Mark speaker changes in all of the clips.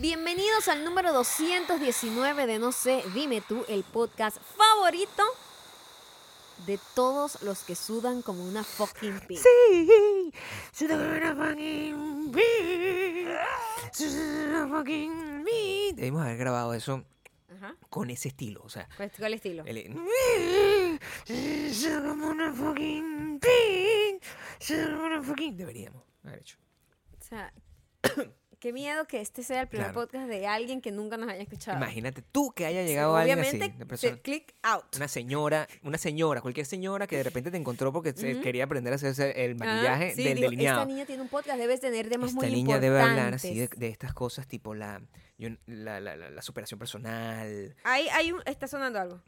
Speaker 1: Bienvenidos al número 219 de No sé, dime tú, el podcast favorito de todos los que sudan como una fucking pig.
Speaker 2: Sí. She's a fucking bee. She's a fucking bee. Debimos haber grabado eso
Speaker 1: Ajá.
Speaker 2: con ese estilo, o sea,
Speaker 1: Pues, ¿Cuál estilo?
Speaker 2: el- She's a gonna fucking bee. She's a gonna fucking- deberíamos haber hecho.
Speaker 1: O sea, qué miedo que este sea el primer
Speaker 2: Claro.
Speaker 1: podcast de alguien que nunca nos haya escuchado.
Speaker 2: Imagínate tú que haya
Speaker 1: Sí,
Speaker 2: llegado alguien así,
Speaker 1: Obviamente,
Speaker 2: una
Speaker 1: te-
Speaker 2: persona-
Speaker 1: click out.
Speaker 2: una señora, una señora, cualquier señora que de repente te encontró porque se- quería aprender a hacerse el maquillaje
Speaker 1: Ajá, Ah, sí,
Speaker 2: del
Speaker 1: digo,
Speaker 2: delineado.
Speaker 1: Esta niña tiene un podcast, debes tener temas
Speaker 2: Esta
Speaker 1: muy
Speaker 2: niña debe hablar así de,
Speaker 1: importantes.
Speaker 2: de estas cosas tipo la, yo- la, la- la- la superación personal.
Speaker 1: Ahí hay un, está sonando algo.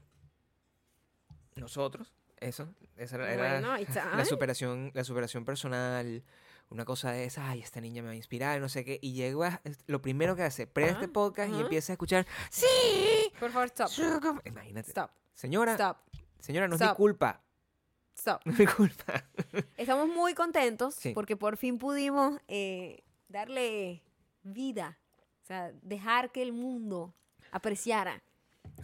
Speaker 2: Nosotros, eso, esa era- era
Speaker 1: Bueno, it's
Speaker 2: la
Speaker 1: on.
Speaker 2: superación, la superación personal, una cosa de esa, ay, esta niña me va a inspirar, no sé qué, y llego a, es- lo primero que hace, prende
Speaker 1: Ajá,
Speaker 2: este podcast y
Speaker 1: ajá.
Speaker 2: empieza a escuchar, sí,
Speaker 1: Por favor, Ah, stop.
Speaker 2: yo como-". imagínate,
Speaker 1: Stop.
Speaker 2: señora,
Speaker 1: Stop.
Speaker 2: señora, no es mi
Speaker 1: Stop.
Speaker 2: culpa,
Speaker 1: Stop.
Speaker 2: no es mi culpa.
Speaker 1: Estamos muy contentos
Speaker 2: Sí.
Speaker 1: porque por fin pudimos eh, darle vida, o sea, dejar que el mundo apreciara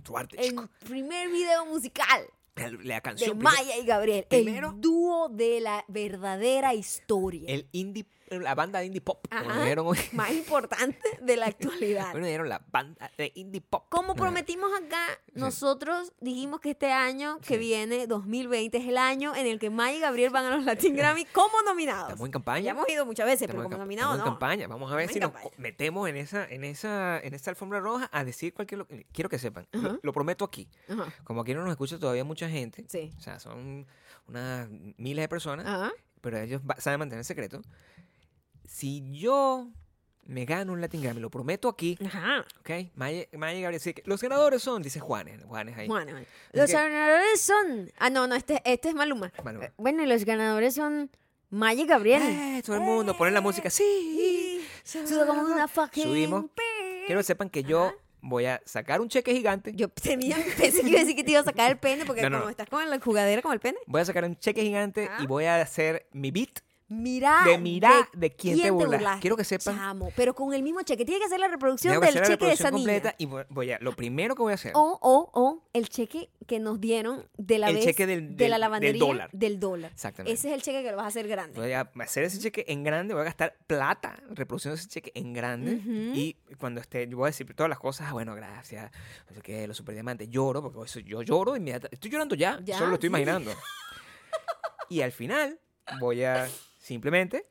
Speaker 2: Tu arte,
Speaker 1: el
Speaker 2: chico.
Speaker 1: primer video musical
Speaker 2: La, la
Speaker 1: de
Speaker 2: canción, primero,
Speaker 1: Maya y Gabriel,
Speaker 2: primero-
Speaker 1: el dúo de la verdadera historia,
Speaker 2: el indie, la banda de indie pop, como
Speaker 1: Ajá.
Speaker 2: dijeron hoy.
Speaker 1: más importante de la actualidad.
Speaker 2: Bueno, eh. dieron la banda de indie pop.
Speaker 1: Como
Speaker 2: Ajá.
Speaker 1: prometimos acá, nosotros dijimos que este año que
Speaker 2: Sí.
Speaker 1: viene, 2020, es el año en el que Maya y Gabriel van a los Latin Grammy como nominados.
Speaker 2: Estamos en campaña.
Speaker 1: Ya hemos ido muchas veces,
Speaker 2: Estamos
Speaker 1: pero
Speaker 2: en
Speaker 1: como
Speaker 2: campa-
Speaker 1: nominados
Speaker 2: estamos
Speaker 1: no.
Speaker 2: en campaña. Vamos a ver
Speaker 1: Estamos
Speaker 2: si
Speaker 1: en
Speaker 2: nos
Speaker 1: campaña.
Speaker 2: co- metemos en esa, en esa, en esta alfombra roja a decir cualquier lo Quiero que sepan. lo-
Speaker 1: Ajá.
Speaker 2: Lo, prometo aquí.
Speaker 1: Ajá.
Speaker 2: Como aquí no nos escucha todavía mucha gente.
Speaker 1: Sí. Ah.
Speaker 2: O sea, son unas miles de personas,
Speaker 1: Ajá.
Speaker 2: pero ellos va- saben mantener el secreto. Si yo me gano un Latin Grammy, lo prometo aquí,
Speaker 1: Ajá.
Speaker 2: ¿ok? Maya, Maya y Gabriel, así que los ganadores son, dice Juanes, Juanes ahí.
Speaker 1: Bueno, bueno.
Speaker 2: Así
Speaker 1: Los
Speaker 2: que-
Speaker 1: ganadores son. Ah, no, no, este, este es Maluma.
Speaker 2: Maluma.
Speaker 1: Eh, Bueno, y los ganadores son Maya y Gabriel.
Speaker 2: ¡Eh! todo el mundo, ponen la música, sí.
Speaker 1: Sudo como una fucking.
Speaker 2: Subimos.
Speaker 1: pig.
Speaker 2: Quiero que sepan que yo
Speaker 1: Ajá.
Speaker 2: voy a sacar un cheque gigante.
Speaker 1: Yo tenía, pensé que iba a decir que te iba a sacar el pene, porque
Speaker 2: No, no,
Speaker 1: como
Speaker 2: no.
Speaker 1: estás con la jugadera con el pene.
Speaker 2: Voy a sacar un cheque gigante
Speaker 1: Ajá.
Speaker 2: y voy a hacer mi beat
Speaker 1: Mirá.
Speaker 2: de mirar de, quién, te burlas.
Speaker 1: burlaste,
Speaker 2: Quiero que sepan.
Speaker 1: chamo. pero con el mismo cheque. Tiene que hacer la reproducción
Speaker 2: Tengo
Speaker 1: del
Speaker 2: que hacer la
Speaker 1: cheque de Oh, esa
Speaker 2: reproducción completa
Speaker 1: niña.
Speaker 2: y voy- voy a, lo primero que voy a hacer.
Speaker 1: O, o, o, el cheque que nos dieron de la
Speaker 2: El
Speaker 1: vez
Speaker 2: cheque del-
Speaker 1: de la
Speaker 2: del- del
Speaker 1: lavandería
Speaker 2: dólar.
Speaker 1: del dólar.
Speaker 2: Exactamente.
Speaker 1: Ese es el cheque que lo vas a hacer grande.
Speaker 2: Voy a hacer ese cheque en grande, voy a gastar plata reproduciendo ese cheque en grande. Y cuando esté, yo voy a decir todas las cosas, ah, bueno, gracias, no sé qué, los superdiamantes, lloro, porque eso- yo lloro inmediatamente. Estoy llorando ya,
Speaker 1: Ya,
Speaker 2: solo lo estoy
Speaker 1: sí.
Speaker 2: imaginando. y al final voy a simplemente...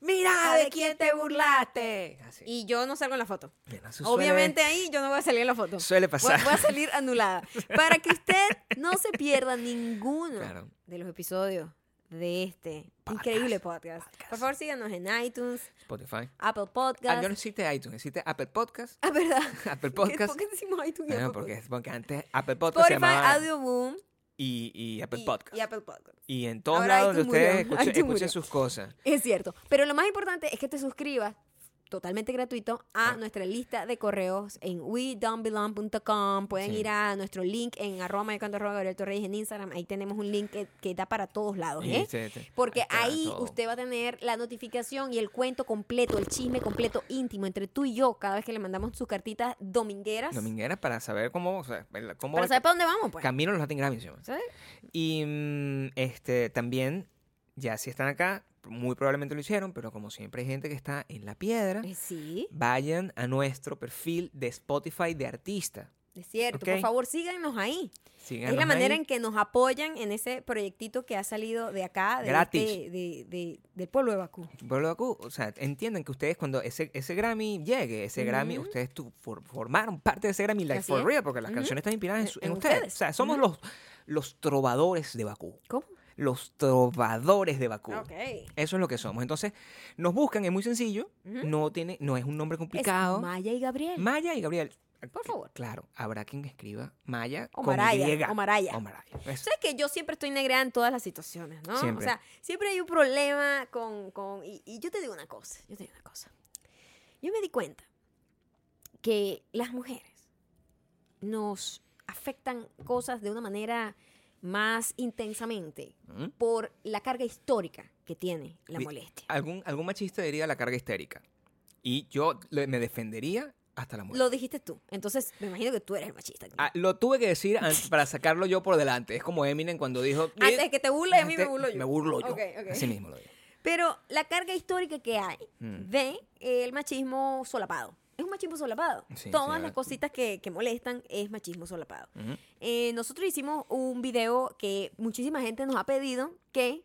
Speaker 2: ¡Mira de quién te burlaste! Así.
Speaker 1: Y yo no salgo en la foto.
Speaker 2: Bueno, eso suele-
Speaker 1: Obviamente ahí yo no voy a salir en la foto.
Speaker 2: Suele pasar.
Speaker 1: Voy, voy a salir anulada. Para que usted no se pierda ninguno
Speaker 2: Claro.
Speaker 1: de los episodios de este
Speaker 2: Podcast.
Speaker 1: increíble podcast.
Speaker 2: Podcast.
Speaker 1: Por favor, síganos en iTunes,
Speaker 2: Spotify.
Speaker 1: Apple
Speaker 2: Ah,
Speaker 1: Podcast.
Speaker 2: yo no existe iTunes, existe Apple Podcast.
Speaker 1: Ah, ¿verdad?
Speaker 2: Apple
Speaker 1: ¿Qué-
Speaker 2: Podcast.
Speaker 1: ¿Por qué decimos iTunes? y
Speaker 2: Bueno,
Speaker 1: Apple
Speaker 2: porque,
Speaker 1: Podcast?
Speaker 2: es- porque antes Apple Podcast se
Speaker 1: Spotify,
Speaker 2: llamaba
Speaker 1: Audio Boom
Speaker 2: y, y Apple
Speaker 1: y,
Speaker 2: Podcast.
Speaker 1: y Apple Podcast.
Speaker 2: Y en todos
Speaker 1: Ahora
Speaker 2: lados donde
Speaker 1: iTunes
Speaker 2: ustedes
Speaker 1: murió,
Speaker 2: escuchen,
Speaker 1: iTunes
Speaker 2: escuchen
Speaker 1: murió.
Speaker 2: sus cosas.
Speaker 1: Es cierto. Pero lo más importante es que te suscribas totalmente gratuito a
Speaker 2: Ah.
Speaker 1: nuestra lista de correos en wedon'tbelong.com. Pueden
Speaker 2: Sí.
Speaker 1: ir a nuestro link en arroba mayocando arroba Gabriel Torreyes en Instagram. Ahí tenemos un link que, que da para todos lados,
Speaker 2: Y
Speaker 1: ¿eh?
Speaker 2: este- este-
Speaker 1: Porque
Speaker 2: está
Speaker 1: ahí
Speaker 2: todo.
Speaker 1: usted va a tener la notificación y el cuento completo, el chisme completo íntimo entre tú y yo cada vez que le mandamos sus cartitas domingueras.
Speaker 2: Dominguera para saber cómo, o sea, el- cómo
Speaker 1: Para
Speaker 2: va el
Speaker 1: saber para dónde vamos, pues.
Speaker 2: camino a los Latin Grammy. se llama.
Speaker 1: ¿Sabes?
Speaker 2: Y mm, este, también, ya si están acá, muy probablemente lo hicieron, pero como siempre hay gente que está en la piedra,
Speaker 1: Eh, Sí,
Speaker 2: vayan a nuestro perfil de Spotify de artista.
Speaker 1: es cierto.
Speaker 2: Ok.
Speaker 1: Por favor, síganos ahí. Es la
Speaker 2: Síganos
Speaker 1: manera
Speaker 2: ahí.
Speaker 1: en que nos apoyan en ese proyectito que ha salido de acá, de
Speaker 2: Gratis.
Speaker 1: este- de- de- del pueblo de Bakú.
Speaker 2: Pueblo de Bakú, o sea, entiendan que ustedes cuando ese, ese Grammy llegue, ese Grammy,
Speaker 1: Ujú.
Speaker 2: ustedes tu- for- formaron parte de ese Grammy Like
Speaker 1: Así
Speaker 2: for
Speaker 1: es.
Speaker 2: Real, porque las
Speaker 1: Ujú.
Speaker 2: canciones están inspiradas en,
Speaker 1: En-
Speaker 2: su- en
Speaker 1: en
Speaker 2: ustedes.
Speaker 1: ustedes.
Speaker 2: O sea, somos los, los trovadores de Bakú.
Speaker 1: ¿Cómo?
Speaker 2: Los trovadores de Bakú.
Speaker 1: Ok.
Speaker 2: Eso es lo que somos. Entonces, nos buscan, es muy sencillo,
Speaker 1: Ujú.
Speaker 2: no tiene, no es un nombre
Speaker 1: Es
Speaker 2: complicado.
Speaker 1: Maya y Gabriel.
Speaker 2: Maya y Gabriel.
Speaker 1: Por favor.
Speaker 2: Claro, habrá quien escriba Maya
Speaker 1: O
Speaker 2: con
Speaker 1: Maraya,
Speaker 2: Y.
Speaker 1: o Maraya.
Speaker 2: O Maraya. Eso.
Speaker 1: ¿Sabes que yo siempre estoy negreada en todas las situaciones, no?
Speaker 2: Siempre.
Speaker 1: O sea, siempre hay un problema con... con y, y yo te digo una cosa, yo te digo una cosa. Yo me di cuenta que las mujeres nos afectan cosas de una manera más intensamente
Speaker 2: ¿Mm?
Speaker 1: por la carga histórica que tiene la
Speaker 2: Di-
Speaker 1: molestia.
Speaker 2: Algún, algún machista diría la carga histérica. Y yo le- me defendería hasta la muerte.
Speaker 1: Lo dijiste tú. Entonces, me imagino que tú eres el machista.
Speaker 2: Ah, lo tuve que decir an- para sacarlo yo por delante. Es como Eminem cuando dijo...
Speaker 1: Antes de Ah, que te burles, a mí me
Speaker 2: Antes-
Speaker 1: burlo yo.
Speaker 2: Me burlo yo.
Speaker 1: Ok, ok.
Speaker 2: Así mismo lo digo.
Speaker 1: Pero la carga histórica que hay
Speaker 2: Mm.
Speaker 1: de eh, el machismo solapado. Es un machismo solapado.
Speaker 2: Sí,
Speaker 1: Todas
Speaker 2: sí,
Speaker 1: las
Speaker 2: eh.
Speaker 1: cositas que, que molestan es machismo solapado.
Speaker 2: Ujú.
Speaker 1: Eh, nosotros hicimos un video que muchísima gente nos ha pedido que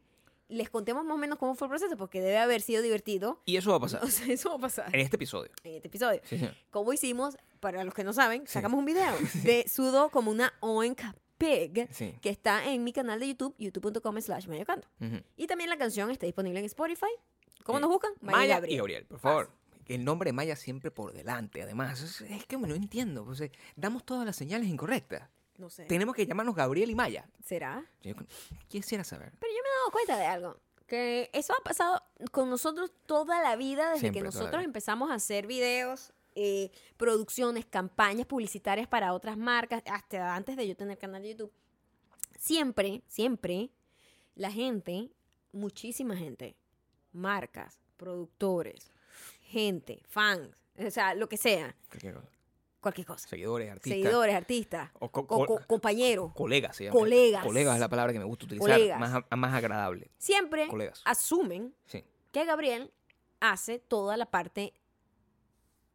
Speaker 1: les contemos más o menos cómo fue el proceso, porque debe haber sido divertido.
Speaker 2: Y eso va a pasar
Speaker 1: O sea, eso va a pasar
Speaker 2: en este episodio.
Speaker 1: en este episodio.
Speaker 2: Sí, sí.
Speaker 1: Como hicimos, para los que no saben, sacamos un video de sudo como una oink pig
Speaker 2: Sí.
Speaker 1: que está en mi canal de YouTube, youtube.com slash mayocanto.
Speaker 2: Ujú.
Speaker 1: Y también la canción está disponible en Spotify. ¿Cómo
Speaker 2: Eh,
Speaker 1: nos buscan?
Speaker 2: Maya,
Speaker 1: Maya
Speaker 2: y
Speaker 1: Gabriel.
Speaker 2: Gabriel, por favor. El nombre de Maya siempre por delante, además. Es, es que me lo entiendo. pues, eh, damos todas las señales incorrectas.
Speaker 1: No sé.
Speaker 2: Tenemos que llamarnos Gabriel y Maya.
Speaker 1: ¿Será?
Speaker 2: Yo quisiera saber.
Speaker 1: Pero yo me he dado cuenta de algo. Que eso ha pasado con nosotros toda la vida desde
Speaker 2: Siempre,
Speaker 1: que
Speaker 2: toda la
Speaker 1: nosotros
Speaker 2: vida.
Speaker 1: empezamos a hacer videos, eh, producciones, campañas publicitarias para otras marcas, hasta antes de yo tener canal de YouTube. Siempre, siempre, la gente, muchísima gente, marcas, productores, gente, fans, o sea, lo que sea,
Speaker 2: Cualquier cosa.
Speaker 1: cualquier cosa.
Speaker 2: Seguidores, artistas.
Speaker 1: Seguidores, artistas,
Speaker 2: O co-
Speaker 1: co-
Speaker 2: co-
Speaker 1: co- compañeros,
Speaker 2: Colegas se llama.
Speaker 1: Colegas.
Speaker 2: Colegas es la palabra que me gusta utilizar.
Speaker 1: Colegas. ¿Eh? Ah,
Speaker 2: Más, a- más agradable.
Speaker 1: siempre
Speaker 2: Colegas.
Speaker 1: asumen
Speaker 2: Sí.
Speaker 1: que Gabriel hace toda la parte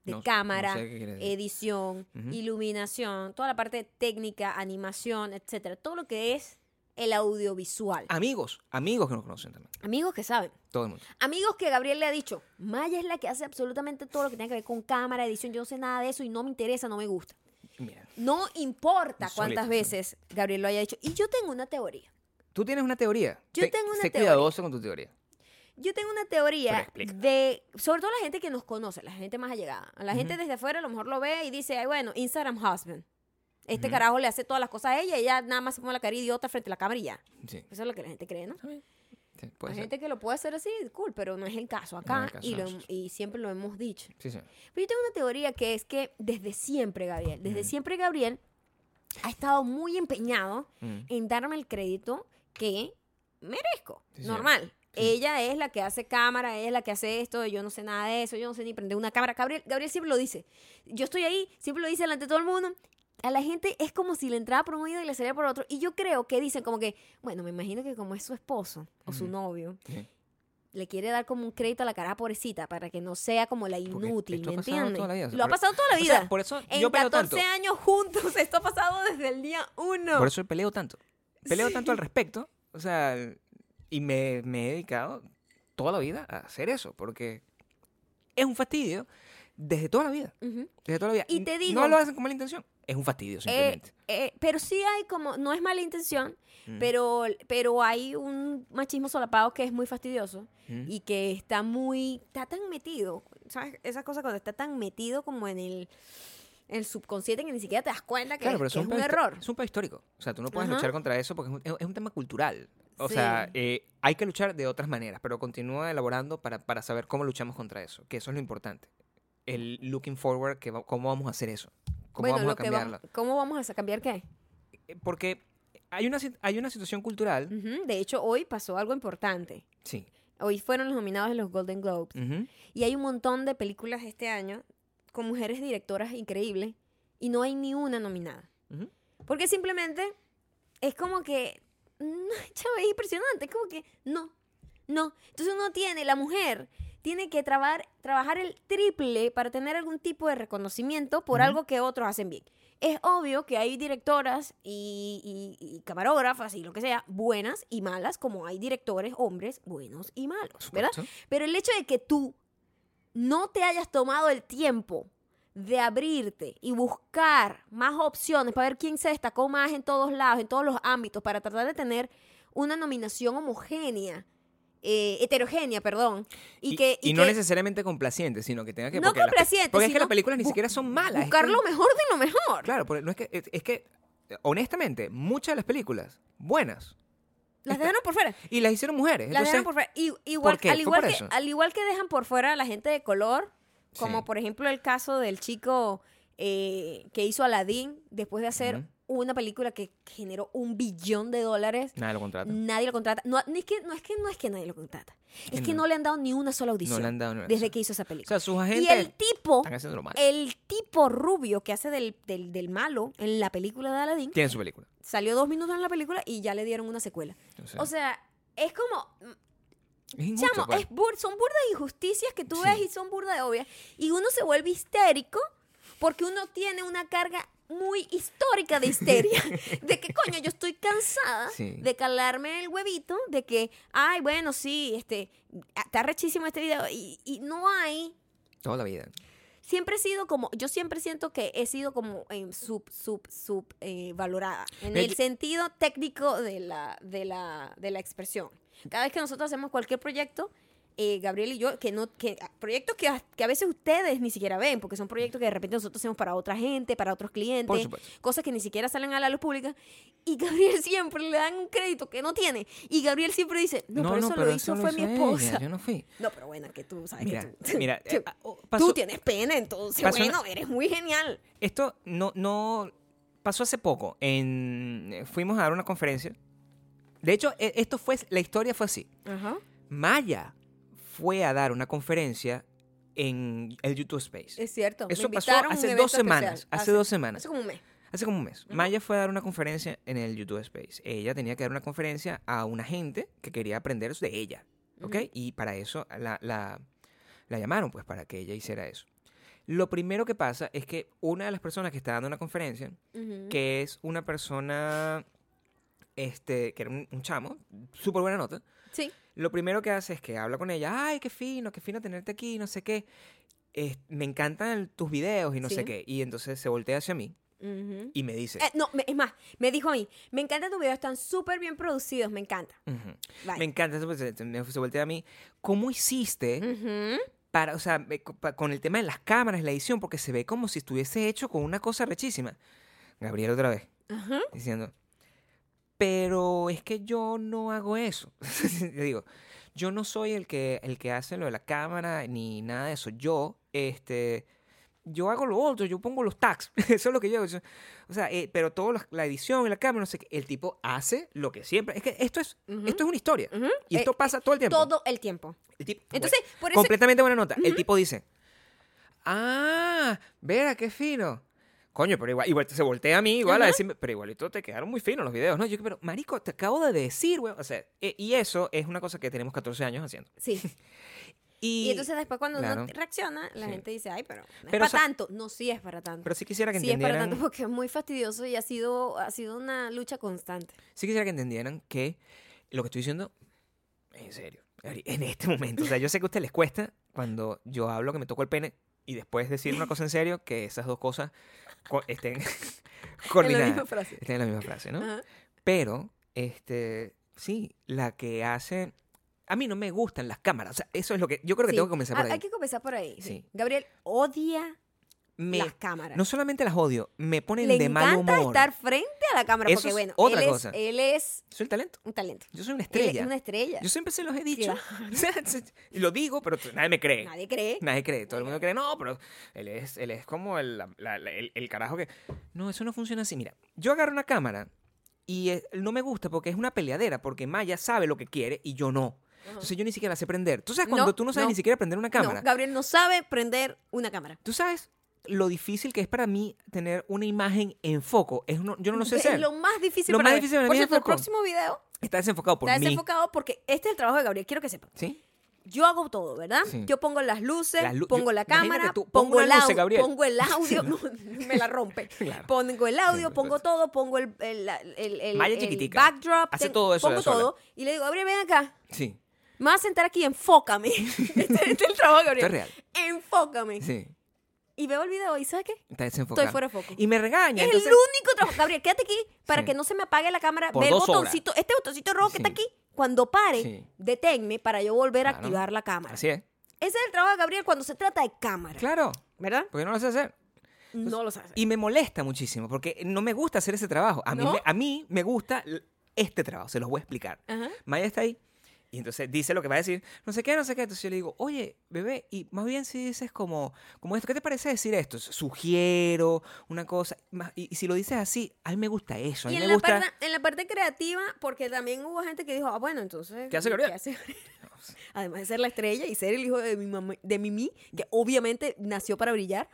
Speaker 1: de
Speaker 2: No sé-
Speaker 1: cámara, eh,
Speaker 2: no sé qué quiere decir.
Speaker 1: edición,
Speaker 2: Ujú.
Speaker 1: iluminación, toda la parte técnica, animación, etcétera, todo lo que es el audiovisual.
Speaker 2: Amigos, amigos que nos conocen también.
Speaker 1: Amigos que saben,
Speaker 2: Todo el mundo.
Speaker 1: amigos que Gabriel le ha dicho, Maya es la que hace absolutamente todo lo que tiene que ver con cámara, edición, yo no sé nada de eso y no me interesa, no me gusta.
Speaker 2: Mira,
Speaker 1: No importa
Speaker 2: Solito,
Speaker 1: cuántas
Speaker 2: sí.
Speaker 1: veces Gabriel lo haya dicho. Y yo tengo una teoría.
Speaker 2: tú tienes una teoría.
Speaker 1: Yo tengo una
Speaker 2: sé
Speaker 1: teoría.
Speaker 2: cuidadoso con tu teoría.
Speaker 1: Yo tengo una
Speaker 2: Pero
Speaker 1: teoría
Speaker 2: explícala.
Speaker 1: de, sobre todo la gente que nos conoce, la gente más allegada. A la gente desde afuera a lo mejor lo ve y dice, ay, bueno, Instagram husband. Este carajo le hace todas las cosas a ella y ella nada más se pone la cara idiota frente a la cámara y ya.
Speaker 2: Sí.
Speaker 1: Eso es lo que la gente cree, ¿no?
Speaker 2: Sí, puede
Speaker 1: Hay
Speaker 2: ser.
Speaker 1: gente que lo puede hacer así, cool, pero no es el caso acá
Speaker 2: el caso
Speaker 1: y,
Speaker 2: de
Speaker 1: lo-
Speaker 2: nosotros.
Speaker 1: y siempre lo hemos dicho.
Speaker 2: Sí, sí.
Speaker 1: Pero yo tengo una teoría que es que desde siempre, Gabriel, desde siempre Gabriel ha estado muy empeñado
Speaker 2: Mm.
Speaker 1: en darme el crédito que merezco.
Speaker 2: Sí, señora.
Speaker 1: normal.
Speaker 2: Sí.
Speaker 1: Ella es la que hace cámara, ella es la que hace esto, yo no sé nada de eso, yo no sé ni prender una cámara. Gabriel, Gabriel siempre lo dice. Yo estoy ahí, siempre lo dice delante de todo el mundo. A la gente es como si le entraba por un oído y le salía por otro. Y yo creo que dicen como que, bueno, me imagino que como es su esposo o su
Speaker 2: Ujú.
Speaker 1: novio,
Speaker 2: Sí.
Speaker 1: le quiere dar como un crédito a la cara pobrecita para que no sea como la
Speaker 2: Porque
Speaker 1: inútil,
Speaker 2: esto
Speaker 1: ¿me
Speaker 2: ha pasado
Speaker 1: entiendes?
Speaker 2: toda la vida.
Speaker 1: Lo ha
Speaker 2: Por-
Speaker 1: pasado toda la
Speaker 2: o
Speaker 1: vida.
Speaker 2: sea, por eso
Speaker 1: en
Speaker 2: yo peleo
Speaker 1: 14
Speaker 2: tanto.
Speaker 1: años juntos, esto ha pasado desde el día uno.
Speaker 2: Por eso peleo tanto. Peleo tanto al respecto. O sea, y me, me he dedicado toda la vida a hacer eso. Porque es un fastidio desde toda la vida.
Speaker 1: Ujú.
Speaker 2: Desde toda la vida.
Speaker 1: Y te digo-
Speaker 2: No lo hacen con mala intención. Es un fastidio,
Speaker 1: Eh,
Speaker 2: simplemente.
Speaker 1: eh, pero sí hay como, no es mala intención,
Speaker 2: Mm.
Speaker 1: pero, pero hay un machismo solapado que es muy fastidioso
Speaker 2: Mm.
Speaker 1: y que está muy, está tan metido, ¿sabes? Esa cosa cuando está tan metido como en el, en el subconsciente que ni siquiera te das cuenta que,
Speaker 2: Claro, pero
Speaker 1: que
Speaker 2: es un,
Speaker 1: es un
Speaker 2: pedo histo-
Speaker 1: error.
Speaker 2: Es un pedo histórico. O sea, tú no puedes
Speaker 1: Ajá.
Speaker 2: luchar contra eso porque es un, es- es un tema cultural. O
Speaker 1: Sí.
Speaker 2: sea, eh, hay que luchar de otras maneras, pero continúa elaborando para, para saber cómo luchamos contra eso, que eso es lo importante. El looking forward, que va- cómo vamos a hacer eso, cómo
Speaker 1: Bueno,
Speaker 2: vamos a
Speaker 1: lo que vamos-
Speaker 2: cambiarlo.
Speaker 1: ¿Cómo vamos a sa- cambiar qué?
Speaker 2: Eh, Porque hay una, sit- hay una situación cultural.
Speaker 1: Ujú, De hecho, hoy pasó algo importante.
Speaker 2: Sí.
Speaker 1: Hoy fueron los nominados de los Golden Globes.
Speaker 2: Ujú.
Speaker 1: Y hay un montón de películas este año con mujeres directoras increíbles y no hay ni una nominada.
Speaker 2: Ujú.
Speaker 1: Porque simplemente es como que, no, chavo, es impresionante, es como que no, no. Entonces uno tiene, la mujer tiene que trabar- trabajar el triple para tener algún tipo de reconocimiento por
Speaker 2: Ujú.
Speaker 1: algo que otros hacen bien. Es obvio que hay directoras y, y- y camarógrafas y lo que sea, buenas y malas, como hay directores, hombres, buenos y malos, ¿verdad?
Speaker 2: Supuesto.
Speaker 1: Pero el hecho de que tú no te hayas tomado el tiempo de abrirte y buscar más opciones para ver quién se destacó más en todos lados, en todos los ámbitos, para tratar de tener una nominación homogénea, eh, heterogénea, perdón. Y,
Speaker 2: Y,
Speaker 1: que,
Speaker 2: y no
Speaker 1: que
Speaker 2: necesariamente complaciente, sino que tenga que...
Speaker 1: No
Speaker 2: porque las pe-
Speaker 1: complaciente,
Speaker 2: Porque es que
Speaker 1: sino
Speaker 2: las películas ni
Speaker 1: bu-
Speaker 2: siquiera son malas. es
Speaker 1: buscar
Speaker 2: que-
Speaker 1: lo mejor de lo mejor.
Speaker 2: Claro, porque no es que... Es, es que, eh, honestamente, muchas de las películas buenas
Speaker 1: Las dejaron por fuera.
Speaker 2: y las hicieron mujeres.
Speaker 1: Las
Speaker 2: Entonces,
Speaker 1: dejaron por fuera. Y- igual,
Speaker 2: ¿por qué?
Speaker 1: al,
Speaker 2: Fue
Speaker 1: igual
Speaker 2: por
Speaker 1: que,
Speaker 2: eso.
Speaker 1: al igual que dejan por fuera a la gente de color, como
Speaker 2: Sí.
Speaker 1: por ejemplo el caso del chico eh, que hizo Aladdin después de hacer
Speaker 2: Ujú.
Speaker 1: una película que generó un billón de dólares.
Speaker 2: Nada, lo contrata.
Speaker 1: Nadie lo contrata. No, ni es que, no, es que, no es que nadie lo contrata. Es
Speaker 2: que
Speaker 1: que
Speaker 2: no.
Speaker 1: no le han dado ni una sola audición
Speaker 2: han dado ni una
Speaker 1: desde
Speaker 2: sola.
Speaker 1: que hizo esa
Speaker 2: O
Speaker 1: película.
Speaker 2: sea, sus agentes
Speaker 1: y el tipo,
Speaker 2: están haciendo lo mal.
Speaker 1: el tipo rubio que hace del, del- del malo en la película de Aladdin,
Speaker 2: Tienen su película.
Speaker 1: salió dos minutos en la película y ya le dieron una secuela.
Speaker 2: O sea,
Speaker 1: O sea, es como,
Speaker 2: es injusto,
Speaker 1: Chamo,
Speaker 2: pues.
Speaker 1: es bur- son burdas injusticias que tú
Speaker 2: Sí.
Speaker 1: ves y son burdas de obvias. Y uno se vuelve histérico porque uno tiene una carga muy histórica de histeria. de que, coño, yo estoy cansada
Speaker 2: Sí.
Speaker 1: de calarme el huevito, de que, ay, bueno, sí, este, ah, está rechísimo este video. Y, y no hay.
Speaker 2: Toda la vida.
Speaker 1: Siempre he sido como, yo siempre siento que he sido como em, sub, sub, sub eh, valorada. En
Speaker 2: Mira,
Speaker 1: el
Speaker 2: yo-
Speaker 1: sentido técnico de la, de, la, de la expresión. Cada vez que nosotros hacemos cualquier proyecto, eh, Gabriel y yo, que no, que ah, proyectos que, a- que a veces ustedes ni siquiera ven, porque son proyectos que de repente nosotros hacemos para otra gente, para otros
Speaker 2: Por
Speaker 1: clientes,
Speaker 2: supuesto.
Speaker 1: cosas que ni siquiera salen a la luz pública. Y Gabriel siempre le dan un crédito que no tiene. Y Gabriel siempre dice, no, pero eso lo hizo fue mi
Speaker 2: hizo
Speaker 1: esposa.
Speaker 2: ella, yo no fui.
Speaker 1: No, pero bueno, que tú sabes
Speaker 2: Mira,
Speaker 1: que tú.
Speaker 2: mira,
Speaker 1: tú,
Speaker 2: eh, ah, oh, pasó-
Speaker 1: tú tienes pena, entonces.
Speaker 2: pasó
Speaker 1: bueno, eres muy genial.
Speaker 2: Esto no, no pasó hace poco. En, eh, fuimos a dar una conferencia. De hecho, e- esto fue, la historia fue así.
Speaker 1: Ajá.
Speaker 2: Maya fue a dar una conferencia en el YouTube Space.
Speaker 1: Es cierto. me
Speaker 2: Eso pasó
Speaker 1: invitaron a un
Speaker 2: hace
Speaker 1: evento
Speaker 2: dos semanas.
Speaker 1: especial.
Speaker 2: Hace dos semanas.
Speaker 1: Hace como un mes.
Speaker 2: Hace como un mes. Maya fue a dar una conferencia en el YouTube Space. Ella tenía que dar una conferencia a una gente que quería aprender de ella. ¿Ok? Y para eso la, la- la llamaron, pues, para que ella hiciera eso. Lo primero que pasa es que una de las personas que está dando una conferencia,
Speaker 1: Ujú.
Speaker 2: que es una persona, este, que era un, un chamo, súper buena nota,
Speaker 1: Sí.
Speaker 2: lo primero que hace es que habla con ella, ay, qué fino, qué fino tenerte aquí, no sé qué, Es- me encantan tus videos y no sé
Speaker 1: Sí.
Speaker 2: qué. Y entonces se voltea hacia mí
Speaker 1: Ujú.
Speaker 2: y me dice,
Speaker 1: Eh, no, me- es más, me dijo a mí, me encantan tus videos, están súper bien producidos, me encanta.
Speaker 2: "Ujú".
Speaker 1: Vale.
Speaker 2: Me encanta, eso, pues, se, me- se voltea a mí. ¿Cómo hiciste
Speaker 1: Mm. Ujú.
Speaker 2: para, o sea, me- co- pa- con el tema de las cámaras, la edición, porque se ve como si estuviese hecho con una cosa rechísima? Gabriel otra vez,
Speaker 1: Ajá.
Speaker 2: diciendo, pero es que yo no hago eso. Le digo, yo no soy el que, el que hace lo de la cámara ni nada de eso. Yo, este, yo hago lo otro, yo pongo los tags. eso es lo que yo hago. Yo- O sea, eh, pero todo lo- la edición y la cámara, no sé qué. El tipo hace lo que siempre. Es que esto es,
Speaker 1: Ujú.
Speaker 2: esto es una historia.
Speaker 1: Ujú.
Speaker 2: Y esto
Speaker 1: Eh,
Speaker 2: pasa todo el tiempo.
Speaker 1: Todo el tiempo.
Speaker 2: El tipo-
Speaker 1: Entonces,
Speaker 2: bueno,
Speaker 1: por eso.
Speaker 2: completamente buena nota. El tipo dice, ah, Vera, qué fino. Coño, pero igual, igual se voltea a mí, igual a decirme, pero igualito te quedaron muy finos los videos, ¿no? Yo, pero marico, te acabo de decir, güey. O sea, e- y eso es una cosa que tenemos 14 años haciendo.
Speaker 1: Sí.
Speaker 2: Y,
Speaker 1: Y entonces después cuando
Speaker 2: claro.
Speaker 1: uno reacciona, la
Speaker 2: Sí.
Speaker 1: gente dice, ay, pero no es
Speaker 2: Pero,
Speaker 1: para
Speaker 2: o sea-
Speaker 1: tanto. No, sí es para tanto.
Speaker 2: Pero sí quisiera que
Speaker 1: sí es para
Speaker 2: entendieran,
Speaker 1: tanto porque es muy fastidioso y ha sido, ha sido una lucha constante.
Speaker 2: sí quisiera que entendieran que lo que estoy diciendo, en serio, Ari, en este momento. O sea, yo sé que a ustedes les cuesta cuando yo hablo que me toco el pene y después decir una cosa en serio, que esas dos cosas co- estén
Speaker 1: En la
Speaker 2: coordinadas.
Speaker 1: misma frase.
Speaker 2: Está en la misma frase, ¿no?
Speaker 1: Ajá.
Speaker 2: Pero, este, sí, la que hace... A mí no me gustan las cámaras. O sea, eso es lo que... Yo creo que
Speaker 1: Sí.
Speaker 2: tengo que comenzar por
Speaker 1: Ah,
Speaker 2: ahí.
Speaker 1: Hay que comenzar por ahí. sí.
Speaker 2: Sí.
Speaker 1: Gabriel odia
Speaker 2: Me-
Speaker 1: las cámaras.
Speaker 2: no solamente las odio, me ponen
Speaker 1: Le
Speaker 2: de mal
Speaker 1: encanta
Speaker 2: humor.
Speaker 1: estar frente a la cámara
Speaker 2: Eso
Speaker 1: porque,
Speaker 2: es
Speaker 1: bueno,
Speaker 2: otra
Speaker 1: él,
Speaker 2: cosa.
Speaker 1: Es, él es
Speaker 2: Soy el talento.
Speaker 1: un talento.
Speaker 2: Yo soy una
Speaker 1: Él es
Speaker 2: estrella.
Speaker 1: una estrella.
Speaker 2: Yo siempre se los he dicho. O sea, y lo digo, pero nadie me cree.
Speaker 1: Nadie cree.
Speaker 2: Nadie cree, todo el mundo cree, no, pero él es, él es como el, la- la- la- el- el carajo que... No, eso no funciona así. Mira, yo agarro una cámara y eh, no me gusta porque es una peleadera, porque Maya sabe lo que quiere y yo no. Entonces yo ni siquiera la sé prender. Tú sabes cuando
Speaker 1: No,
Speaker 2: tú no sabes
Speaker 1: no.
Speaker 2: ni siquiera prender una cámara.
Speaker 1: No, Gabriel no sabe prender una cámara.
Speaker 2: tú sabes lo difícil que es para mí tener una imagen en foco. Es uno- yo no lo sé
Speaker 1: es
Speaker 2: hacer.
Speaker 1: lo más difícil
Speaker 2: Lo
Speaker 1: para
Speaker 2: más
Speaker 1: ver.
Speaker 2: difícil para
Speaker 1: Por
Speaker 2: mí es
Speaker 1: cierto, el
Speaker 2: foco.
Speaker 1: próximo video
Speaker 2: Está desenfocado por
Speaker 1: está
Speaker 2: mí.
Speaker 1: desenfocado porque este es el trabajo de Gabriel. Quiero que sepan.
Speaker 2: ¿Sí?
Speaker 1: Yo hago todo, ¿verdad?
Speaker 2: Sí.
Speaker 1: Yo pongo las luces,
Speaker 2: Las lu-
Speaker 1: pongo
Speaker 2: yo-
Speaker 1: la
Speaker 2: imagínate
Speaker 1: cámara,
Speaker 2: tú, pon
Speaker 1: pongo, el
Speaker 2: una luz,
Speaker 1: audio,
Speaker 2: Gabriel.
Speaker 1: pongo el audio, no, me la rompe.
Speaker 2: Claro.
Speaker 1: Pongo el audio,
Speaker 2: Sí,
Speaker 1: pongo
Speaker 2: perfecto.
Speaker 1: todo, pongo el, el, el- el-
Speaker 2: Maya
Speaker 1: el
Speaker 2: chiquitica.
Speaker 1: backdrop,
Speaker 2: Hace
Speaker 1: ten-
Speaker 2: todo eso
Speaker 1: pongo
Speaker 2: ella sola.
Speaker 1: todo y le digo, Gabriel, ven acá,
Speaker 2: Sí.
Speaker 1: me vas a sentar aquí, enfócame. este, este es el trabajo, de Gabriel.
Speaker 2: Esto es real.
Speaker 1: Enfócame.
Speaker 2: Sí.
Speaker 1: Y veo el video y ¿sabes qué?
Speaker 2: Está desenfocado.
Speaker 1: fuera de foco.
Speaker 2: Y me regaña.
Speaker 1: Es
Speaker 2: entonces-
Speaker 1: el único trabajo. Gabriel, quédate aquí para
Speaker 2: Sí.
Speaker 1: que no se me apague la cámara.
Speaker 2: Por
Speaker 1: Ve el
Speaker 2: dos horas.
Speaker 1: botoncito, este botoncito rojo que está
Speaker 2: Sí.
Speaker 1: aquí. Cuando pare,
Speaker 2: Sí.
Speaker 1: deténme para yo volver a
Speaker 2: Claro.
Speaker 1: activar la cámara.
Speaker 2: Así es.
Speaker 1: Ese es el trabajo de Gabriel cuando se trata de cámara.
Speaker 2: Claro.
Speaker 1: ¿Verdad?
Speaker 2: Porque no lo sé hacer.
Speaker 1: No lo sabes.
Speaker 2: Y me molesta muchísimo porque no me gusta hacer ese trabajo. A mí,
Speaker 1: ¿No?
Speaker 2: me, a mí me gusta l- este trabajo, se los voy a explicar.
Speaker 1: Ajá.
Speaker 2: Maya está ahí Y entonces dice lo que va a decir, no sé qué, no sé qué. Entonces yo le digo, oye, bebé, y más bien si dices como, como esto, ¿qué te parece decir esto? Sugiero una cosa. Más- Y, y si lo dices así, a mí me gusta eso. A
Speaker 1: Y
Speaker 2: mí
Speaker 1: en
Speaker 2: me
Speaker 1: la,
Speaker 2: gusta.
Speaker 1: parte, en la parte creativa, porque también hubo gente que dijo, ah, bueno, entonces.
Speaker 2: ¿Qué hace Gabriel?
Speaker 1: hace Gabriel? Además de ser la estrella y ser el hijo de mi mamá, de Mimi, que obviamente nació para brillar.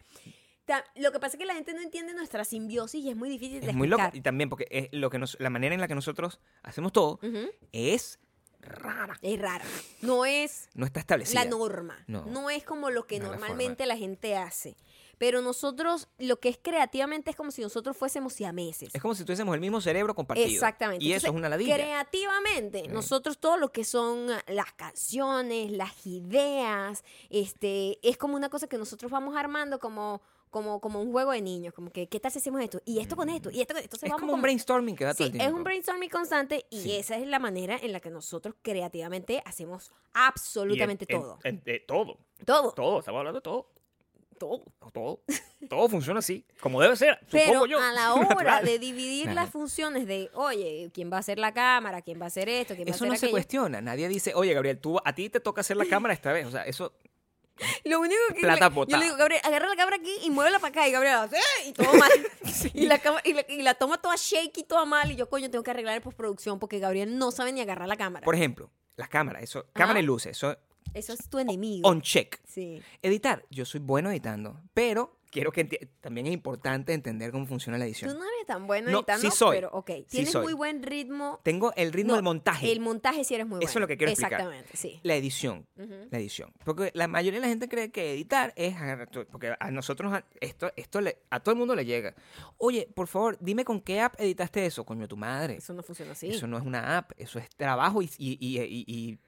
Speaker 1: Ta- Lo que pasa es que la gente no entiende nuestra simbiosis y es muy difícil de
Speaker 2: Es muy loco.
Speaker 1: explicar.
Speaker 2: Y también porque es lo que nos, la manera en la que nosotros hacemos todo
Speaker 1: Ujú.
Speaker 2: es rara.
Speaker 1: Es raro. No es
Speaker 2: No está establecida.
Speaker 1: la norma.
Speaker 2: No.
Speaker 1: No. es como lo que
Speaker 2: No es la
Speaker 1: normalmente la, gente hace. Pero nosotros, lo que es creativamente es como si nosotros fuésemos siameses.
Speaker 2: Es como si tuviésemos el mismo cerebro compartido.
Speaker 1: Exactamente.
Speaker 2: Y eso
Speaker 1: Entonces,
Speaker 2: es una ladilla. Eh.
Speaker 1: Creativamente, nosotros todo lo que son ah, las canciones, las ideas, este, es como una cosa que nosotros vamos armando como, como, como un juego de niños, como que qué tal si hacemos esto y esto con esto y esto con esto. Entonces
Speaker 2: es
Speaker 1: vamos
Speaker 2: como un
Speaker 1: como-
Speaker 2: brainstorming que da todo
Speaker 1: Sí,
Speaker 2: el tiempo.
Speaker 1: es un brainstorming constante y
Speaker 2: Sí.
Speaker 1: esa es la manera en la que nosotros creativamente hacemos
Speaker 2: Y
Speaker 1: absolutamente
Speaker 2: en- en-
Speaker 1: todo.
Speaker 2: en- de todo.
Speaker 1: todo.
Speaker 2: Todo. Estamos hablando de todo. Todo. Todo. Todo funciona así. Como debe ser.
Speaker 1: Pero
Speaker 2: supongo yo.
Speaker 1: a la hora
Speaker 2: Natural.
Speaker 1: de dividir
Speaker 2: Claro.
Speaker 1: las funciones de, oye, ¿quién va a hacer la cámara? ¿Quién va a hacer esto? ¿Quién va
Speaker 2: Eso
Speaker 1: a
Speaker 2: no
Speaker 1: hacer
Speaker 2: se
Speaker 1: aquello?
Speaker 2: cuestiona. Nadie dice, oye, Gabriel, tú, a ti te toca hacer la cámara esta vez. O sea, eso.
Speaker 1: Lo único que
Speaker 2: Plata
Speaker 1: le- yo
Speaker 2: botada.
Speaker 1: le digo, Gabriel, agarra la cámara aquí y muévela para acá. Y Gabriel, ¡eh! Y todo mal. y, la cama- y, la, y la toma toda shaky, toda mal. Y yo, coño, tengo que arreglar en postproducción porque Gabriel no sabe ni agarrar la cámara.
Speaker 2: Por ejemplo, las cámaras. Eso, cámara y luces. Eso
Speaker 1: Eso es
Speaker 2: Oh,
Speaker 1: tu enemigo.
Speaker 2: on check.
Speaker 1: Sí.
Speaker 2: Editar. Yo soy bueno editando. Pero quiero que enti- también es importante entender cómo funciona la
Speaker 1: Tú
Speaker 2: edición.
Speaker 1: no eres tan bueno
Speaker 2: No,
Speaker 1: editando,
Speaker 2: sí soy.
Speaker 1: pero ok.
Speaker 2: Sí
Speaker 1: Tienes
Speaker 2: soy.
Speaker 1: muy buen ritmo.
Speaker 2: Tengo el ritmo
Speaker 1: No,
Speaker 2: del montaje.
Speaker 1: El montaje sí eres muy bueno.
Speaker 2: Eso es lo que quiero explicar.
Speaker 1: Exactamente, sí.
Speaker 2: La edición.
Speaker 1: Ujú.
Speaker 2: La edición. Porque la mayoría de la gente cree que editar es. agarrar tu- Porque a nosotros, a- esto, esto le- a todo el mundo le llega. Oye, por favor, dime con qué app editaste eso. Coño, tu madre.
Speaker 1: Eso no funciona así.
Speaker 2: Eso no es una app. Eso es trabajo y, y- y- y- y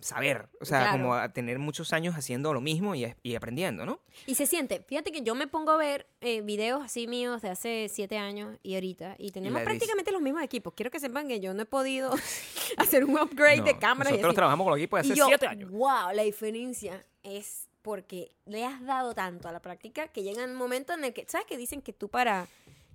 Speaker 2: saber. O sea,
Speaker 1: Claro.
Speaker 2: como a tener muchos años haciendo lo mismo y, y aprendiendo, ¿no?
Speaker 1: Y se siente. Fíjate que yo me pongo a ver eh, videos así míos de hace siete años y ahorita. Y tenemos
Speaker 2: la dis-
Speaker 1: prácticamente los mismos equipos. Quiero que sepan que yo no he podido hacer un upgrade de
Speaker 2: No,
Speaker 1: cámaras.
Speaker 2: Nosotros
Speaker 1: y así.
Speaker 2: trabajamos con el equipo de
Speaker 1: Y
Speaker 2: hace
Speaker 1: yo,
Speaker 2: siete años.
Speaker 1: Wow, la diferencia es porque le has dado tanto a la práctica que llega un momento en el que, ¿sabes que dicen que tú para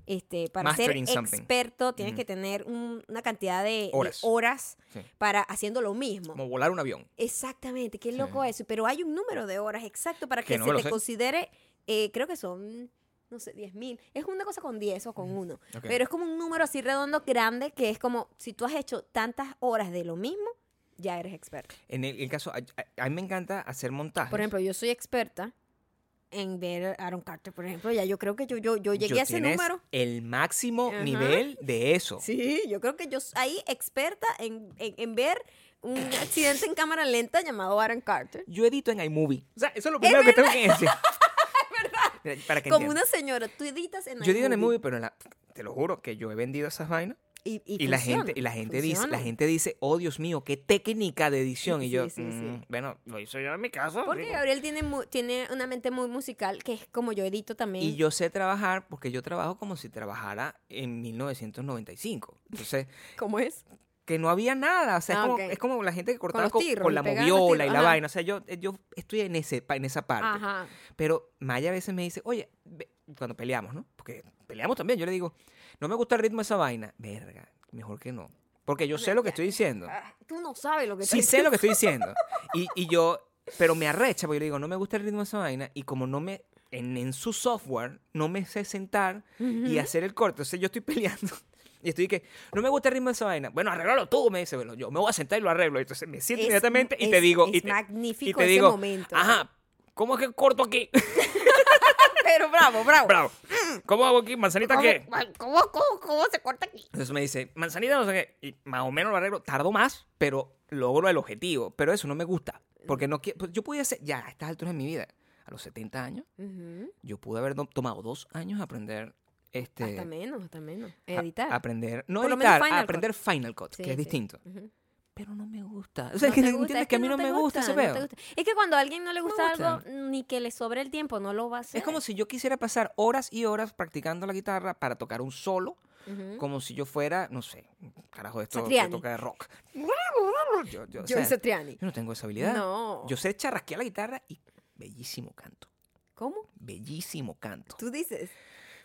Speaker 1: este para
Speaker 2: Mastering
Speaker 1: ser
Speaker 2: something.
Speaker 1: experto tienes
Speaker 2: Ujú.
Speaker 1: que tener un- una cantidad de de
Speaker 2: Horas.
Speaker 1: horas,
Speaker 2: Sí.
Speaker 1: para haciendo lo mismo?
Speaker 2: Como volar un avión.
Speaker 1: Exactamente, qué loco eso. Pero hay un número de horas exacto para
Speaker 2: Que
Speaker 1: que,
Speaker 2: no me
Speaker 1: se
Speaker 2: lo
Speaker 1: te
Speaker 2: sé.
Speaker 1: considere, eh, creo que son, no sé, 10 mil. Es una cosa con 10 o con 1.
Speaker 2: ok.
Speaker 1: Pero es como un número así redondo grande que es como, si tú has hecho tantas horas de lo mismo, ya eres experto.
Speaker 2: En el, el caso, a, a- a mí me encanta hacer montajes.
Speaker 1: Por ejemplo, yo soy experta en ver Aaron Carter, por ejemplo. Ya yo creo que yo, yo, yo llegué
Speaker 2: Yo
Speaker 1: a ese
Speaker 2: tienes
Speaker 1: número.
Speaker 2: El máximo
Speaker 1: Ajá.
Speaker 2: nivel de eso.
Speaker 1: Sí, yo creo que yo soy ahí experta en, en- en ver un accidente en cámara lenta llamado Aaron Carter.
Speaker 2: Yo edito en iMovie. O sea, eso es lo primero que tengo que decir. es verdad. Para que
Speaker 1: Como
Speaker 2: entiendan.
Speaker 1: una señora, tú editas en
Speaker 2: Yo edito en
Speaker 1: iMovie.
Speaker 2: iMovie, pero en la- te lo juro que yo he vendido esas vainas.
Speaker 1: Y,
Speaker 2: Y, la gente, y la gente dice, la gente dice, oh Dios mío, qué técnica de edición. Y
Speaker 1: Sí,
Speaker 2: yo,
Speaker 1: sí, sí.
Speaker 2: "Mm, bueno, lo hice yo en mi casa.
Speaker 1: Porque
Speaker 2: digo.
Speaker 1: Gabriel tiene, mu- tiene una mente muy musical, que es como yo edito también.
Speaker 2: Y yo sé trabajar porque yo trabajo como si trabajara en 1995. Entonces,
Speaker 1: ¿Cómo es?
Speaker 2: que no había nada. O sea,
Speaker 1: Ah,
Speaker 2: es, como,
Speaker 1: ok.
Speaker 2: es como la gente que cortaba
Speaker 1: los
Speaker 2: con,
Speaker 1: tiros,
Speaker 2: con
Speaker 1: le
Speaker 2: la
Speaker 1: pegaban los
Speaker 2: moviola y
Speaker 1: tiros,
Speaker 2: la
Speaker 1: ajá.
Speaker 2: vaina. O sea, yo, eh, yo estoy en, ese, pa- en esa parte.
Speaker 1: Ajá.
Speaker 2: Pero Maya a veces me dice, oye, ve- cuando peleamos, ¿no? Porque peleamos también. Yo le digo, no me gusta el ritmo de esa vaina. Verga, mejor que no. Porque yo sé lo que estoy diciendo.
Speaker 1: Ah, Tú no sabes lo que
Speaker 2: Sí
Speaker 1: estás
Speaker 2: sé lo que estoy diciendo. Y, y yo, pero me arrecha porque yo le digo, no me gusta el ritmo de esa vaina. Y como no me, en, en su software, no me sé sentar y hacer el corte. O sea, yo estoy peleando. Y estoy que, no me gusta el ritmo de esa vaina. Bueno, arreglalo tú, me dice. Bueno, yo me voy a sentar y lo arreglo. Entonces me siento
Speaker 1: Es-
Speaker 2: inmediatamente y te
Speaker 1: es-
Speaker 2: digo.
Speaker 1: es
Speaker 2: y te-
Speaker 1: magnífico
Speaker 2: y te
Speaker 1: ese
Speaker 2: digo,
Speaker 1: momento.
Speaker 2: Ajá, ¿cómo es que corto aquí?
Speaker 1: Pero bravo, bravo.
Speaker 2: Bravo. ¿Cómo hago aquí? ¿Manzanita
Speaker 1: ¿Cómo,
Speaker 2: qué?
Speaker 1: cómo, cómo- cómo se corta aquí?
Speaker 2: Entonces me dice, manzanita no sé qué. Y más o menos lo arreglo. Tardo más, pero logro el objetivo. Pero eso no me gusta. Porque no quiero. Yo pudiese, ya a estas alturas de mi vida, a los 70 años,
Speaker 1: Ujú.
Speaker 2: yo pude haber do- tomado dos años a aprender. Este,
Speaker 1: Hasta menos, hasta menos.
Speaker 2: a-
Speaker 1: Ah, Editar.
Speaker 2: a aprender. No
Speaker 1: Por lo menos
Speaker 2: editar,
Speaker 1: Final
Speaker 2: a
Speaker 1: Cut.
Speaker 2: aprender Final Cut,
Speaker 1: Sí,
Speaker 2: que es
Speaker 1: sí.
Speaker 2: distinto.
Speaker 1: Ujú.
Speaker 2: Pero no me gusta. O
Speaker 1: No
Speaker 2: sea, es que
Speaker 1: te
Speaker 2: no
Speaker 1: gusta,
Speaker 2: entiendes
Speaker 1: es
Speaker 2: que a mí no,
Speaker 1: te
Speaker 2: me gusta
Speaker 1: no
Speaker 2: ese
Speaker 1: te
Speaker 2: pedo.
Speaker 1: gusta. Es que cuando a alguien no le
Speaker 2: me
Speaker 1: gusta,
Speaker 2: gusta.
Speaker 1: algo, ni que le sobre el tiempo, no lo va a hacer.
Speaker 2: Es como si yo quisiera pasar horas y horas practicando la guitarra para tocar un solo,
Speaker 1: Ujú.
Speaker 2: como si yo fuera, no sé, carajo, esto que
Speaker 1: Satriani.
Speaker 2: toca rock. Yo, yo, o
Speaker 1: Joey
Speaker 2: sea,
Speaker 1: Satriani.
Speaker 2: yo no tengo esa habilidad.
Speaker 1: No.
Speaker 2: Yo sé charrasquear la guitarra y bellísimo canto.
Speaker 1: ¿Cómo?
Speaker 2: Bellísimo canto.
Speaker 1: Tú dices.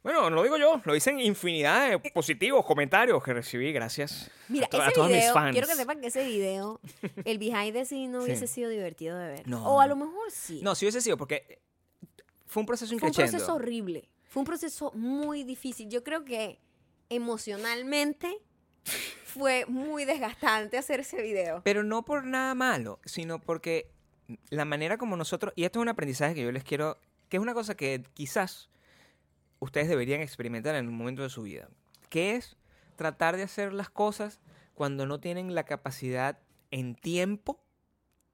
Speaker 2: Bueno, no lo digo yo, lo dicen infinidad de positivos comentarios que recibí, gracias.
Speaker 1: Mira,
Speaker 2: a to- a
Speaker 1: ese
Speaker 2: todos mis
Speaker 1: video,
Speaker 2: fans.
Speaker 1: quiero que sepan que ese video, el behind the scenes no
Speaker 2: Sí.
Speaker 1: hubiese sido divertido de ver.
Speaker 2: No.
Speaker 1: O a lo mejor sí.
Speaker 2: No, si hubiese sido, porque fue un proceso
Speaker 1: Fue un
Speaker 2: increchendo.
Speaker 1: proceso horrible. Fue un proceso muy difícil. Yo creo que emocionalmente fue muy desgastante hacer ese video.
Speaker 2: Pero no por nada malo, sino porque la manera como nosotros, y esto es un aprendizaje que yo les quiero, que es una cosa que quizás ustedes deberían experimentar en un momento de su vida, que es tratar de hacer las cosas cuando no tienen la capacidad en tiempo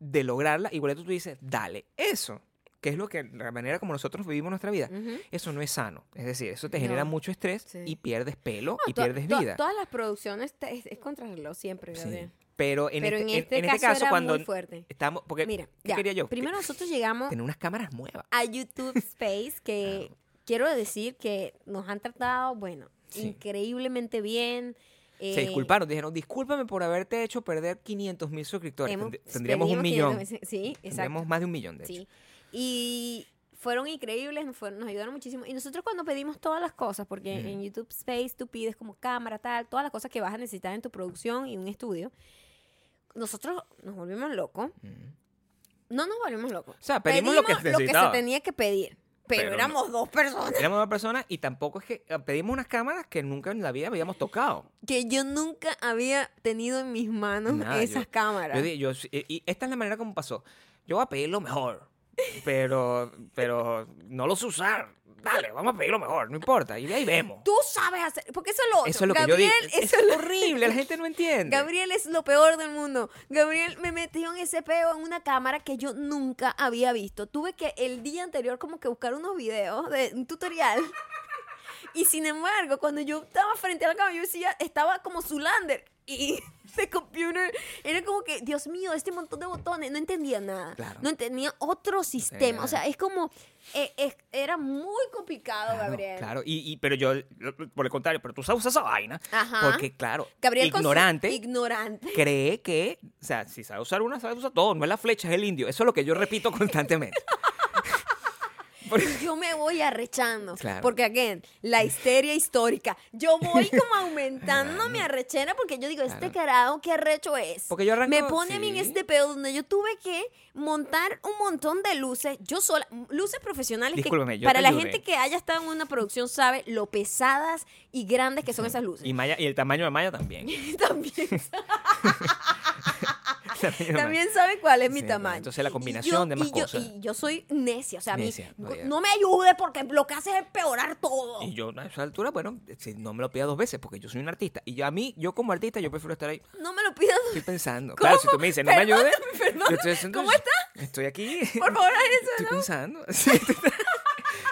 Speaker 2: de lograrla, igual tú dices, dale, eso, que es lo que la manera como nosotros vivimos nuestra vida.
Speaker 1: Ujú.
Speaker 2: Eso no es sano, es decir, eso te
Speaker 1: Mm. No.
Speaker 2: genera mucho estrés
Speaker 1: Sí.
Speaker 2: y pierdes pelo y
Speaker 1: No, to-
Speaker 2: pierdes
Speaker 1: to-
Speaker 2: vida.
Speaker 1: Todas las producciones te- es, es contrarreloj siempre,
Speaker 2: Sí.
Speaker 1: Gabriel.
Speaker 2: Pero en,
Speaker 1: Pero
Speaker 2: este,
Speaker 1: en este caso,
Speaker 2: caso
Speaker 1: era
Speaker 2: cuando
Speaker 1: muy fuerte.
Speaker 2: Estamos, porque,
Speaker 1: Mira,
Speaker 2: ¿qué
Speaker 1: ya.
Speaker 2: quería yo?
Speaker 1: Primero
Speaker 2: Que-
Speaker 1: nosotros llegamos
Speaker 2: Tener unas cámaras nuevas.
Speaker 1: a YouTube Space que quiero decir que nos han tratado, bueno,
Speaker 2: Sí.
Speaker 1: increíblemente bien.
Speaker 2: Se
Speaker 1: eh,
Speaker 2: disculparon, dijeron, discúlpame por haberte hecho perder 500 mil suscriptores.
Speaker 1: hemos-
Speaker 2: Tend- Tendríamos un
Speaker 1: pedimos que-
Speaker 2: millón.
Speaker 1: Sí, exacto.
Speaker 2: Tendríamos más de un millón, de hecho.
Speaker 1: Sí. Y fueron increíbles, nos, fueron- nos ayudaron muchísimo. Y nosotros cuando pedimos todas las cosas, porque
Speaker 2: Ujú.
Speaker 1: en YouTube Space tú pides como cámara, tal, todas las cosas que vas a necesitar en tu producción y un estudio, nosotros nos volvimos locos.
Speaker 2: Mm.
Speaker 1: No nos volvimos locos.
Speaker 2: O sea, pedimos lo que
Speaker 1: se
Speaker 2: necesitaba.
Speaker 1: tenía que pedir. Pero,
Speaker 2: Pero no.
Speaker 1: éramos dos personas.
Speaker 2: Éramos una persona y tampoco es que ah, pedimos unas cámaras que nunca en la vida habíamos tocado.
Speaker 1: que yo nunca había tenido en mis manos
Speaker 2: Nada, yo-
Speaker 1: esas
Speaker 2: Yo,
Speaker 1: cámaras.
Speaker 2: di- yo- y- y esta es la manera como pasó. Yo voy a pedir lo mejor, pero, pero no lo sé usar. Dale, vamos a pedir lo mejor, no importa. Y de ahí vemos.
Speaker 1: Tú sabes hacer, porque eso es lo otro.
Speaker 2: Eso es lo
Speaker 1: Gabriel,
Speaker 2: que yo digo.
Speaker 1: eso
Speaker 2: es
Speaker 1: es lo-
Speaker 2: horrible, la gente no entiende.
Speaker 1: Gabriel es lo peor del mundo. Gabriel me metió en ese peo en una cámara que yo nunca había visto. Tuve que el día anterior como que buscar unos videos de un tutorial. Y sin embargo, cuando yo estaba frente a la cámara, yo decía, estaba como Zulander. Y ese computer era como que, Dios mío, este montón de botones. No entendía nada.
Speaker 2: Claro.
Speaker 1: No entendía otro sistema.
Speaker 2: nada.
Speaker 1: O sea, es como, eh, es- era muy complicado,
Speaker 2: Claro,
Speaker 1: Gabriel.
Speaker 2: Claro, y, y- pero yo, lo- por el contrario, pero tú sabes usar esa vaina.
Speaker 1: Ajá.
Speaker 2: Porque, claro,
Speaker 1: Gabriel con su-
Speaker 2: ignorante
Speaker 1: ignorante.
Speaker 2: cree que, o sea, si sabe usar una, sabe usar todo. No es la flecha, es el indio. Eso es lo que yo repito constantemente. Por-
Speaker 1: yo me voy arrechando.
Speaker 2: Claro.
Speaker 1: Porque, again, la histeria histórica. Yo voy como aumentando mi arrechera porque yo digo, este carajo, qué arrecho es.
Speaker 2: Porque yo arranco-
Speaker 1: Me pone a mí en
Speaker 2: sí.
Speaker 1: este pedo donde yo tuve que montar un montón de luces. Yo sola, luces profesionales
Speaker 2: Discúlpame,
Speaker 1: que
Speaker 2: yo
Speaker 1: para
Speaker 2: te
Speaker 1: la
Speaker 2: ayudé.
Speaker 1: gente que haya estado en una producción sabe lo pesadas y grandes que son esas luces.
Speaker 2: y, Maya, y el tamaño de Maya también. El
Speaker 1: también,
Speaker 2: tamaño de Maya.
Speaker 1: Ah, también sabe cuál es mi
Speaker 2: Sí, bueno,
Speaker 1: tamaño.
Speaker 2: entonces la
Speaker 1: Y
Speaker 2: combinación de más
Speaker 1: y yo,
Speaker 2: cosas.
Speaker 1: Y yo soy necia, o sea, a mí-
Speaker 2: Necia, no, ya.
Speaker 1: no me ayude porque lo que hace es empeorar todo.
Speaker 2: Y yo a esa altura, bueno, si no me lo pida dos veces porque yo soy un artista. Y yo a mí, yo como artista, yo prefiero estar ahí.
Speaker 1: No me lo pidas.
Speaker 2: Estoy pensando.
Speaker 1: ¿Cómo?
Speaker 2: Claro, si tú me dices, no me
Speaker 1: Perdóname,
Speaker 2: ayudes.
Speaker 1: perdóname.
Speaker 2: yo estoy haciendo-
Speaker 1: ¿Cómo está?
Speaker 2: Estoy aquí.
Speaker 1: Por favor, haz eso,
Speaker 2: Estoy pensando. Sí, estoy,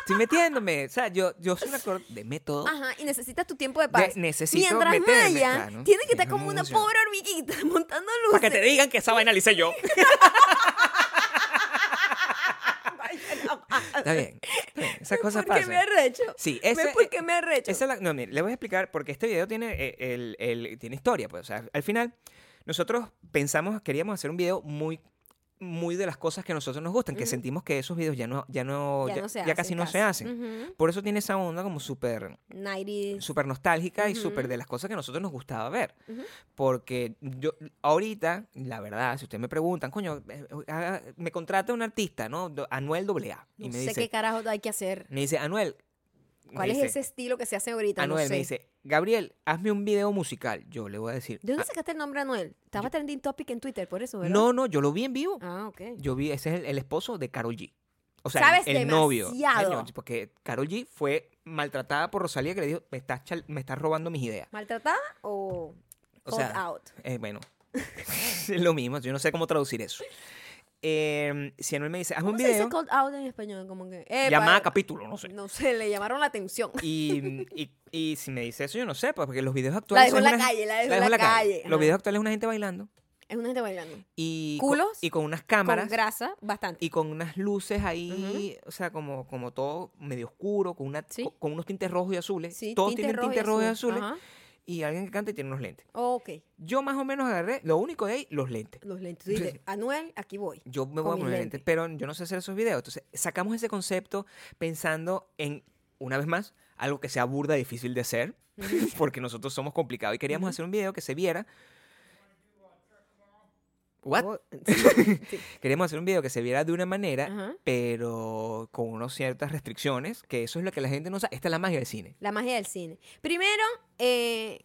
Speaker 2: estoy metiéndome. O sea, yo, yo soy una
Speaker 1: Pues,
Speaker 2: cor- de método.
Speaker 1: Ajá, y necesitas tu tiempo de paz.
Speaker 2: Ya, necesito
Speaker 1: Mientras
Speaker 2: meterme,
Speaker 1: Maya
Speaker 2: claro.
Speaker 1: tiene que estar
Speaker 2: Eso
Speaker 1: como
Speaker 2: no
Speaker 1: una
Speaker 2: funciona.
Speaker 1: pobre hormiguita montando
Speaker 2: Para
Speaker 1: luces.
Speaker 2: que te digan que esa vaina la hice yo. Está bien. está bien, Esas cosas
Speaker 1: ¿Por qué
Speaker 2: pasan.
Speaker 1: me arrecho?
Speaker 2: Sí,
Speaker 1: ¿Ve
Speaker 2: ese- e
Speaker 1: por qué me arrecho?
Speaker 2: Esa es la- no, mire, le voy a explicar porque este video tiene, eh, el, el- tiene historia. Pues, o sea, al final, nosotros pensamos, queríamos hacer un video muy muy de las cosas que a nosotros nos gustan, que sentimos que esos videos ya no ya no
Speaker 1: Ya
Speaker 2: ya,
Speaker 1: no se
Speaker 2: ya casi
Speaker 1: hacen,
Speaker 2: no se
Speaker 1: casi.
Speaker 2: hacen.
Speaker 1: Ujú.
Speaker 2: Por eso tiene esa onda como súper
Speaker 1: Nighties.
Speaker 2: súper nostálgica y
Speaker 1: Ujú.
Speaker 2: súper de las cosas que a nosotros nos gustaba ver.
Speaker 1: Ujú.
Speaker 2: Porque yo, ahorita, la verdad, si ustedes me preguntan, coño, eh, haga- me contrata un artista, ¿no? Do- Anuel AA. Y
Speaker 1: No sé
Speaker 2: me dice,
Speaker 1: qué carajo hay que hacer.
Speaker 2: me dice, Anuel. me
Speaker 1: ¿Cuál
Speaker 2: dice-
Speaker 1: es ese estilo que se hace ahorita?
Speaker 2: Anuel
Speaker 1: no sé.
Speaker 2: me dice, Gabriel, hazme un video musical. Yo le voy a decir,
Speaker 1: ¿De dónde
Speaker 2: "Ah,
Speaker 1: sacaste el nombre Anuel? Estaba trending topic en Twitter, por eso, ¿verdad?
Speaker 2: no, no, yo lo vi en vivo.
Speaker 1: Ah, ok.
Speaker 2: Yo vi, ese es el, el esposo de Karol G. O sea,
Speaker 1: Sabes
Speaker 2: el novio.
Speaker 1: demasiado.
Speaker 2: El novio, porque Karol G fue maltratada por Rosalía que le dijo, me estás, chal- me estás robando mis ideas.
Speaker 1: ¿Maltratada o,
Speaker 2: O
Speaker 1: called
Speaker 2: sea,
Speaker 1: out?
Speaker 2: Eh, bueno, es lo mismo, yo no sé cómo traducir eso. Eh, si Anuel me dice, hazme un
Speaker 1: ¿Cómo se dice
Speaker 2: video,
Speaker 1: called out en español? Como que...
Speaker 2: llamada
Speaker 1: "Epa,
Speaker 2: a capítulo, no sé.
Speaker 1: No sé, le llamaron la atención.
Speaker 2: Y, y, y si me dice eso, yo no sé, pues, porque los videos
Speaker 1: La
Speaker 2: actuales.
Speaker 1: dejó en
Speaker 2: es
Speaker 1: la
Speaker 2: una-
Speaker 1: calle, la dejó
Speaker 2: la
Speaker 1: en
Speaker 2: dejó
Speaker 1: la
Speaker 2: en la calle.
Speaker 1: calle.
Speaker 2: Los
Speaker 1: ajá.
Speaker 2: videos actuales es una gente bailando.
Speaker 1: Es una gente bailando.
Speaker 2: Y con-
Speaker 1: ¿Culos?
Speaker 2: y con unas cámaras.
Speaker 1: Con grasa, bastante.
Speaker 2: y con unas luces ahí, o sea, como, como todo medio oscuro, con, una,
Speaker 1: Sí.
Speaker 2: co- con unos tintes rojos y azules.
Speaker 1: Sí,
Speaker 2: Todos
Speaker 1: tinte
Speaker 2: tienen
Speaker 1: rojo y
Speaker 2: tintes rojos y
Speaker 1: azul,
Speaker 2: azules.
Speaker 1: ajá.
Speaker 2: Y alguien que canta y tiene unos lentes.
Speaker 1: Ok,
Speaker 2: Yo más o menos agarré, lo único de ahí, los lentes.
Speaker 1: los lentes. Tú dices, Anuel, aquí voy.
Speaker 2: Yo me
Speaker 1: Con
Speaker 2: voy a
Speaker 1: mis
Speaker 2: poner
Speaker 1: lentes.
Speaker 2: lentes, pero yo no sé hacer esos videos. Entonces, sacamos ese concepto pensando en una vez más, algo que sea burda, difícil de hacer, porque nosotros somos complicados y queríamos hacer un video que se viera. What?
Speaker 1: Oh, sí.
Speaker 2: Queríamos hacer un video que se viera de una manera,
Speaker 1: Ajá.
Speaker 2: pero con unas ciertas restricciones, que eso es lo que la gente no sabe. Esta es la magia del cine.
Speaker 1: La magia del cine. Primero, eh,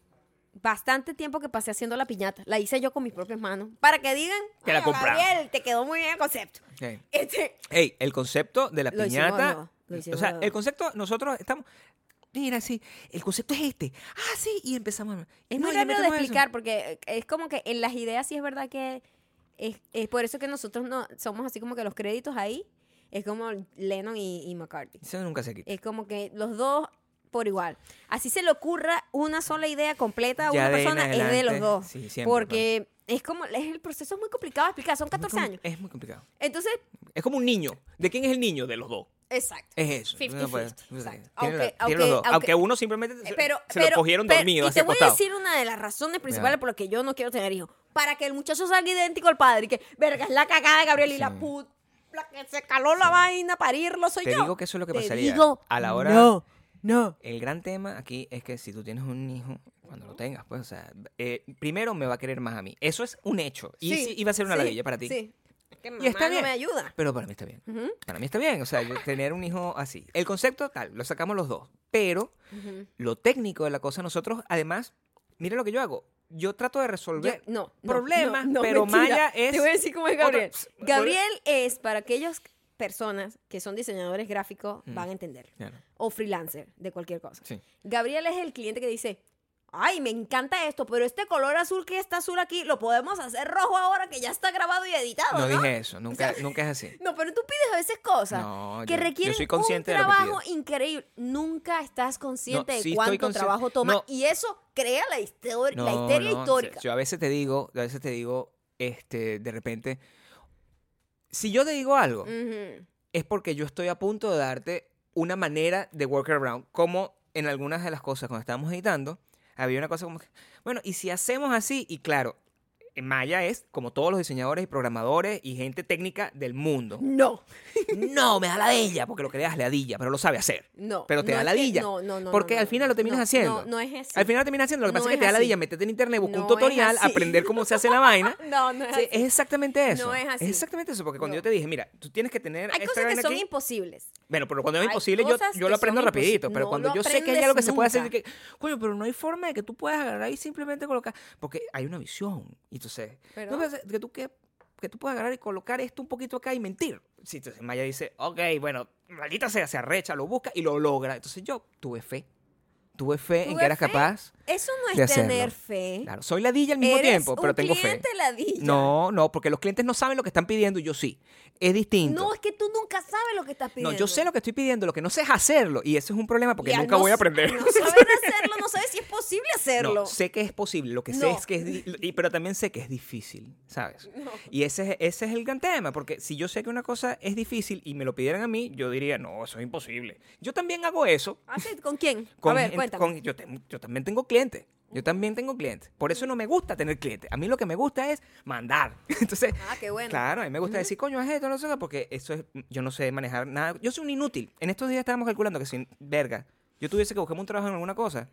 Speaker 1: bastante tiempo que pasé haciendo la piñata. La hice yo con mis propias manos. Para que digan,
Speaker 2: Que la
Speaker 1: "Ay,
Speaker 2: compramos".
Speaker 1: Gabriel, te quedó muy bien el concepto.
Speaker 2: Ok.
Speaker 1: Este,
Speaker 2: Ey, el concepto de la
Speaker 1: Lo hicimos de
Speaker 2: piñata.
Speaker 1: nuevo, lo
Speaker 2: o
Speaker 1: hicimos de
Speaker 2: sea,
Speaker 1: nuevo.
Speaker 2: el concepto, nosotros estamos. Mira, sí, el concepto es este. Ah, sí, y empezamos. a-
Speaker 1: es
Speaker 2: No,
Speaker 1: muy
Speaker 2: y
Speaker 1: rápido
Speaker 2: le
Speaker 1: de
Speaker 2: metemos eso.
Speaker 1: explicar porque es como que en las ideas sí es verdad que es, es por eso que nosotros no somos así como que los créditos ahí es como Lennon y, y McCartney.
Speaker 2: Eso nunca se quita.
Speaker 1: Es como que los dos por igual. Así se le ocurra una sola idea completa a
Speaker 2: Ya
Speaker 1: una
Speaker 2: de ahí en
Speaker 1: persona, es de los
Speaker 2: adelante,
Speaker 1: dos.
Speaker 2: sí, siempre,
Speaker 1: porque es como, es el proceso es muy complicado de explicar, son
Speaker 2: Es muy
Speaker 1: 14
Speaker 2: com-
Speaker 1: años.
Speaker 2: Es muy complicado.
Speaker 1: Entonces,
Speaker 2: Es como un niño. ¿De quién es el niño? De los dos.
Speaker 1: exacto.
Speaker 2: Es eso.
Speaker 1: 50-50,
Speaker 2: puede-
Speaker 1: exacto.
Speaker 2: tiene la-
Speaker 1: Aunque-
Speaker 2: tiene
Speaker 1: aunque-
Speaker 2: los dos.
Speaker 1: aunque- eh,
Speaker 2: Aunque uno simplemente se,
Speaker 1: pero,
Speaker 2: se
Speaker 1: pero-
Speaker 2: lo cogieron
Speaker 1: pero-
Speaker 2: dormido
Speaker 1: y
Speaker 2: hacia
Speaker 1: te
Speaker 2: el
Speaker 1: voy
Speaker 2: costado.
Speaker 1: a decir una de las razones principales
Speaker 2: Ajá.
Speaker 1: por las que yo no quiero tener hijos. Para que el muchacho salga idéntico al padre. Y que, verga, es la cagada de Gabriel y la
Speaker 2: Sí.
Speaker 1: puta. La que se caló la vaina, parirlo soy
Speaker 2: Te
Speaker 1: yo.
Speaker 2: digo que eso es lo que
Speaker 1: Te
Speaker 2: pasaría. Ah,
Speaker 1: digo,
Speaker 2: a la hora.
Speaker 1: No, no.
Speaker 2: El gran tema aquí es que si tú tienes un hijo, cuando lo tengas, pues, o sea, eh, primero me va a querer más a mí. Eso es un hecho. Y
Speaker 1: Sí,
Speaker 2: sí, iba a ser una
Speaker 1: sí,
Speaker 2: ladilla para ti.
Speaker 1: Sí. Es que mamá
Speaker 2: está
Speaker 1: no
Speaker 2: bien.
Speaker 1: me ayuda.
Speaker 2: Pero para mí está bien. Para mí está bien. O sea, yo tener un hijo así. El concepto tal, lo sacamos los dos. Pero lo técnico de la cosa, nosotros, además, mira lo que yo hago. Yo trato de resolver
Speaker 1: Yo- no, no,
Speaker 2: problemas,
Speaker 1: no, no,
Speaker 2: pero
Speaker 1: mentira.
Speaker 2: Maya es.
Speaker 1: Te voy a decir cómo es Gabriel.
Speaker 2: Otra-
Speaker 1: Gabriel es, para aquellas personas que son diseñadores gráficos,
Speaker 2: Mm.
Speaker 1: van a entender.
Speaker 2: Claro.
Speaker 1: O freelancer, de cualquier cosa.
Speaker 2: Sí.
Speaker 1: Gabriel es el cliente que dice, ay, me encanta esto, pero este color azul que está azul aquí, lo podemos hacer rojo ahora que ya está grabado y editado,
Speaker 2: No
Speaker 1: ¿no?
Speaker 2: dije eso. Nunca, nunca es así.
Speaker 1: No, pero tú pides a veces cosas
Speaker 2: No,
Speaker 1: que
Speaker 2: yo- yo
Speaker 1: requieren
Speaker 2: soy consciente
Speaker 1: un
Speaker 2: de lo que
Speaker 1: trabajo increíble. Nunca estás consciente
Speaker 2: No, sí
Speaker 1: de
Speaker 2: estoy
Speaker 1: cuánto
Speaker 2: consci-
Speaker 1: trabajo toma
Speaker 2: No.
Speaker 1: y eso crea la, histori- la
Speaker 2: No,
Speaker 1: histeria
Speaker 2: no,
Speaker 1: histórica.
Speaker 2: o sea, Yo a veces te digo, a veces te digo, este, de repente, si yo te digo algo,
Speaker 1: Mm. Ujú.
Speaker 2: es porque yo estoy a punto de darte una manera de workaround, como en algunas de las cosas cuando estábamos editando, había una cosa como, que, bueno, y si hacemos así, y claro, eh, Maya es como todos los diseñadores y programadores y gente técnica del mundo.
Speaker 1: No,
Speaker 2: No, me da ladilla, porque lo que le das ladilla, pero lo sabe hacer.
Speaker 1: no.
Speaker 2: Pero te
Speaker 1: no
Speaker 2: da
Speaker 1: es que-
Speaker 2: ladilla.
Speaker 1: no, no, no.
Speaker 2: Porque
Speaker 1: no, no,
Speaker 2: al final lo
Speaker 1: no,
Speaker 2: terminas
Speaker 1: no,
Speaker 2: haciendo.
Speaker 1: No, no es así.
Speaker 2: Al final lo terminas haciendo, lo que
Speaker 1: No
Speaker 2: pasa es
Speaker 1: es
Speaker 2: que te da
Speaker 1: así.
Speaker 2: ladilla, metete en internet, busca
Speaker 1: No
Speaker 2: un
Speaker 1: es
Speaker 2: tutorial,
Speaker 1: así.
Speaker 2: aprender cómo se hace la vaina.
Speaker 1: No, no es
Speaker 2: Sí,
Speaker 1: así.
Speaker 2: es exactamente eso.
Speaker 1: No es así.
Speaker 2: exactamente eso, porque cuando
Speaker 1: No.
Speaker 2: yo te dije, mira, tú tienes que tener
Speaker 1: Hay
Speaker 2: esta
Speaker 1: cosas que
Speaker 2: vaina
Speaker 1: son
Speaker 2: aquí.
Speaker 1: imposibles.
Speaker 2: Bueno, pero cuando es
Speaker 1: Hay
Speaker 2: imposible, yo,
Speaker 1: cosas
Speaker 2: yo
Speaker 1: que
Speaker 2: lo aprendo
Speaker 1: son impos-
Speaker 2: rapidito. Pero
Speaker 1: No
Speaker 2: cuando
Speaker 1: lo
Speaker 2: yo sé que hay
Speaker 1: aprendes
Speaker 2: algo que se puede hacer,
Speaker 1: nunca.
Speaker 2: que, coño, pero no hay forma de que tú puedas agarrar y simplemente colocar. Porque hay una visión. Y entonces,
Speaker 1: Pero-
Speaker 2: no puede ser que tú, que, que tú puedas agarrar y colocar esto un poquito acá y mentir. Sí, entonces Maya dice, ok, bueno, maldita sea, se arrecha, lo busca y lo logra. Entonces yo tuve fe. Tuve fe en
Speaker 1: Tuve
Speaker 2: que eras
Speaker 1: fe.
Speaker 2: capaz.
Speaker 1: Eso no es
Speaker 2: de hacerlo.
Speaker 1: tener fe.
Speaker 2: Claro, soy ladilla al mismo
Speaker 1: Eres
Speaker 2: tiempo, pero
Speaker 1: un
Speaker 2: tengo fe.
Speaker 1: cliente ladilla.
Speaker 2: No, no, porque los clientes no saben lo que están pidiendo y yo sí. Es distinto.
Speaker 1: No, es que tú nunca sabes lo que estás
Speaker 2: No,
Speaker 1: pidiendo.
Speaker 2: yo sé lo que estoy pidiendo, lo que no sé es hacerlo. Y eso es un problema porque
Speaker 1: Y al
Speaker 2: nunca
Speaker 1: no
Speaker 2: voy a
Speaker 1: sa-
Speaker 2: aprender.
Speaker 1: No saber hacerlo, no sabes si es posible hacerlo.
Speaker 2: No, sé que es posible, lo que sé
Speaker 1: No.
Speaker 2: es que es, di- y- pero también sé que es difícil, ¿sabes? Y ese es, ese es el gran tema, porque si yo sé que una cosa es difícil y me lo pidieran a mí, yo diría, no, eso es imposible. Yo también hago eso.
Speaker 1: Ah, sí, ¿Con quién?
Speaker 2: Con
Speaker 1: a ver,
Speaker 2: gen-
Speaker 1: cuéntame.
Speaker 2: con- yo, te- yo también tengo clientes. Yo también tengo clientes. Por eso no me gusta tener clientes. A mí lo que me gusta es mandar. Entonces,
Speaker 1: Ah, qué bueno.
Speaker 2: Claro, a mí me gusta decir, coño, haz esto, no sé qué, porque eso es, yo no sé manejar nada. Yo soy un inútil. En estos días estábamos calculando que sin verga, yo tuviese que buscarme un trabajo en alguna cosa.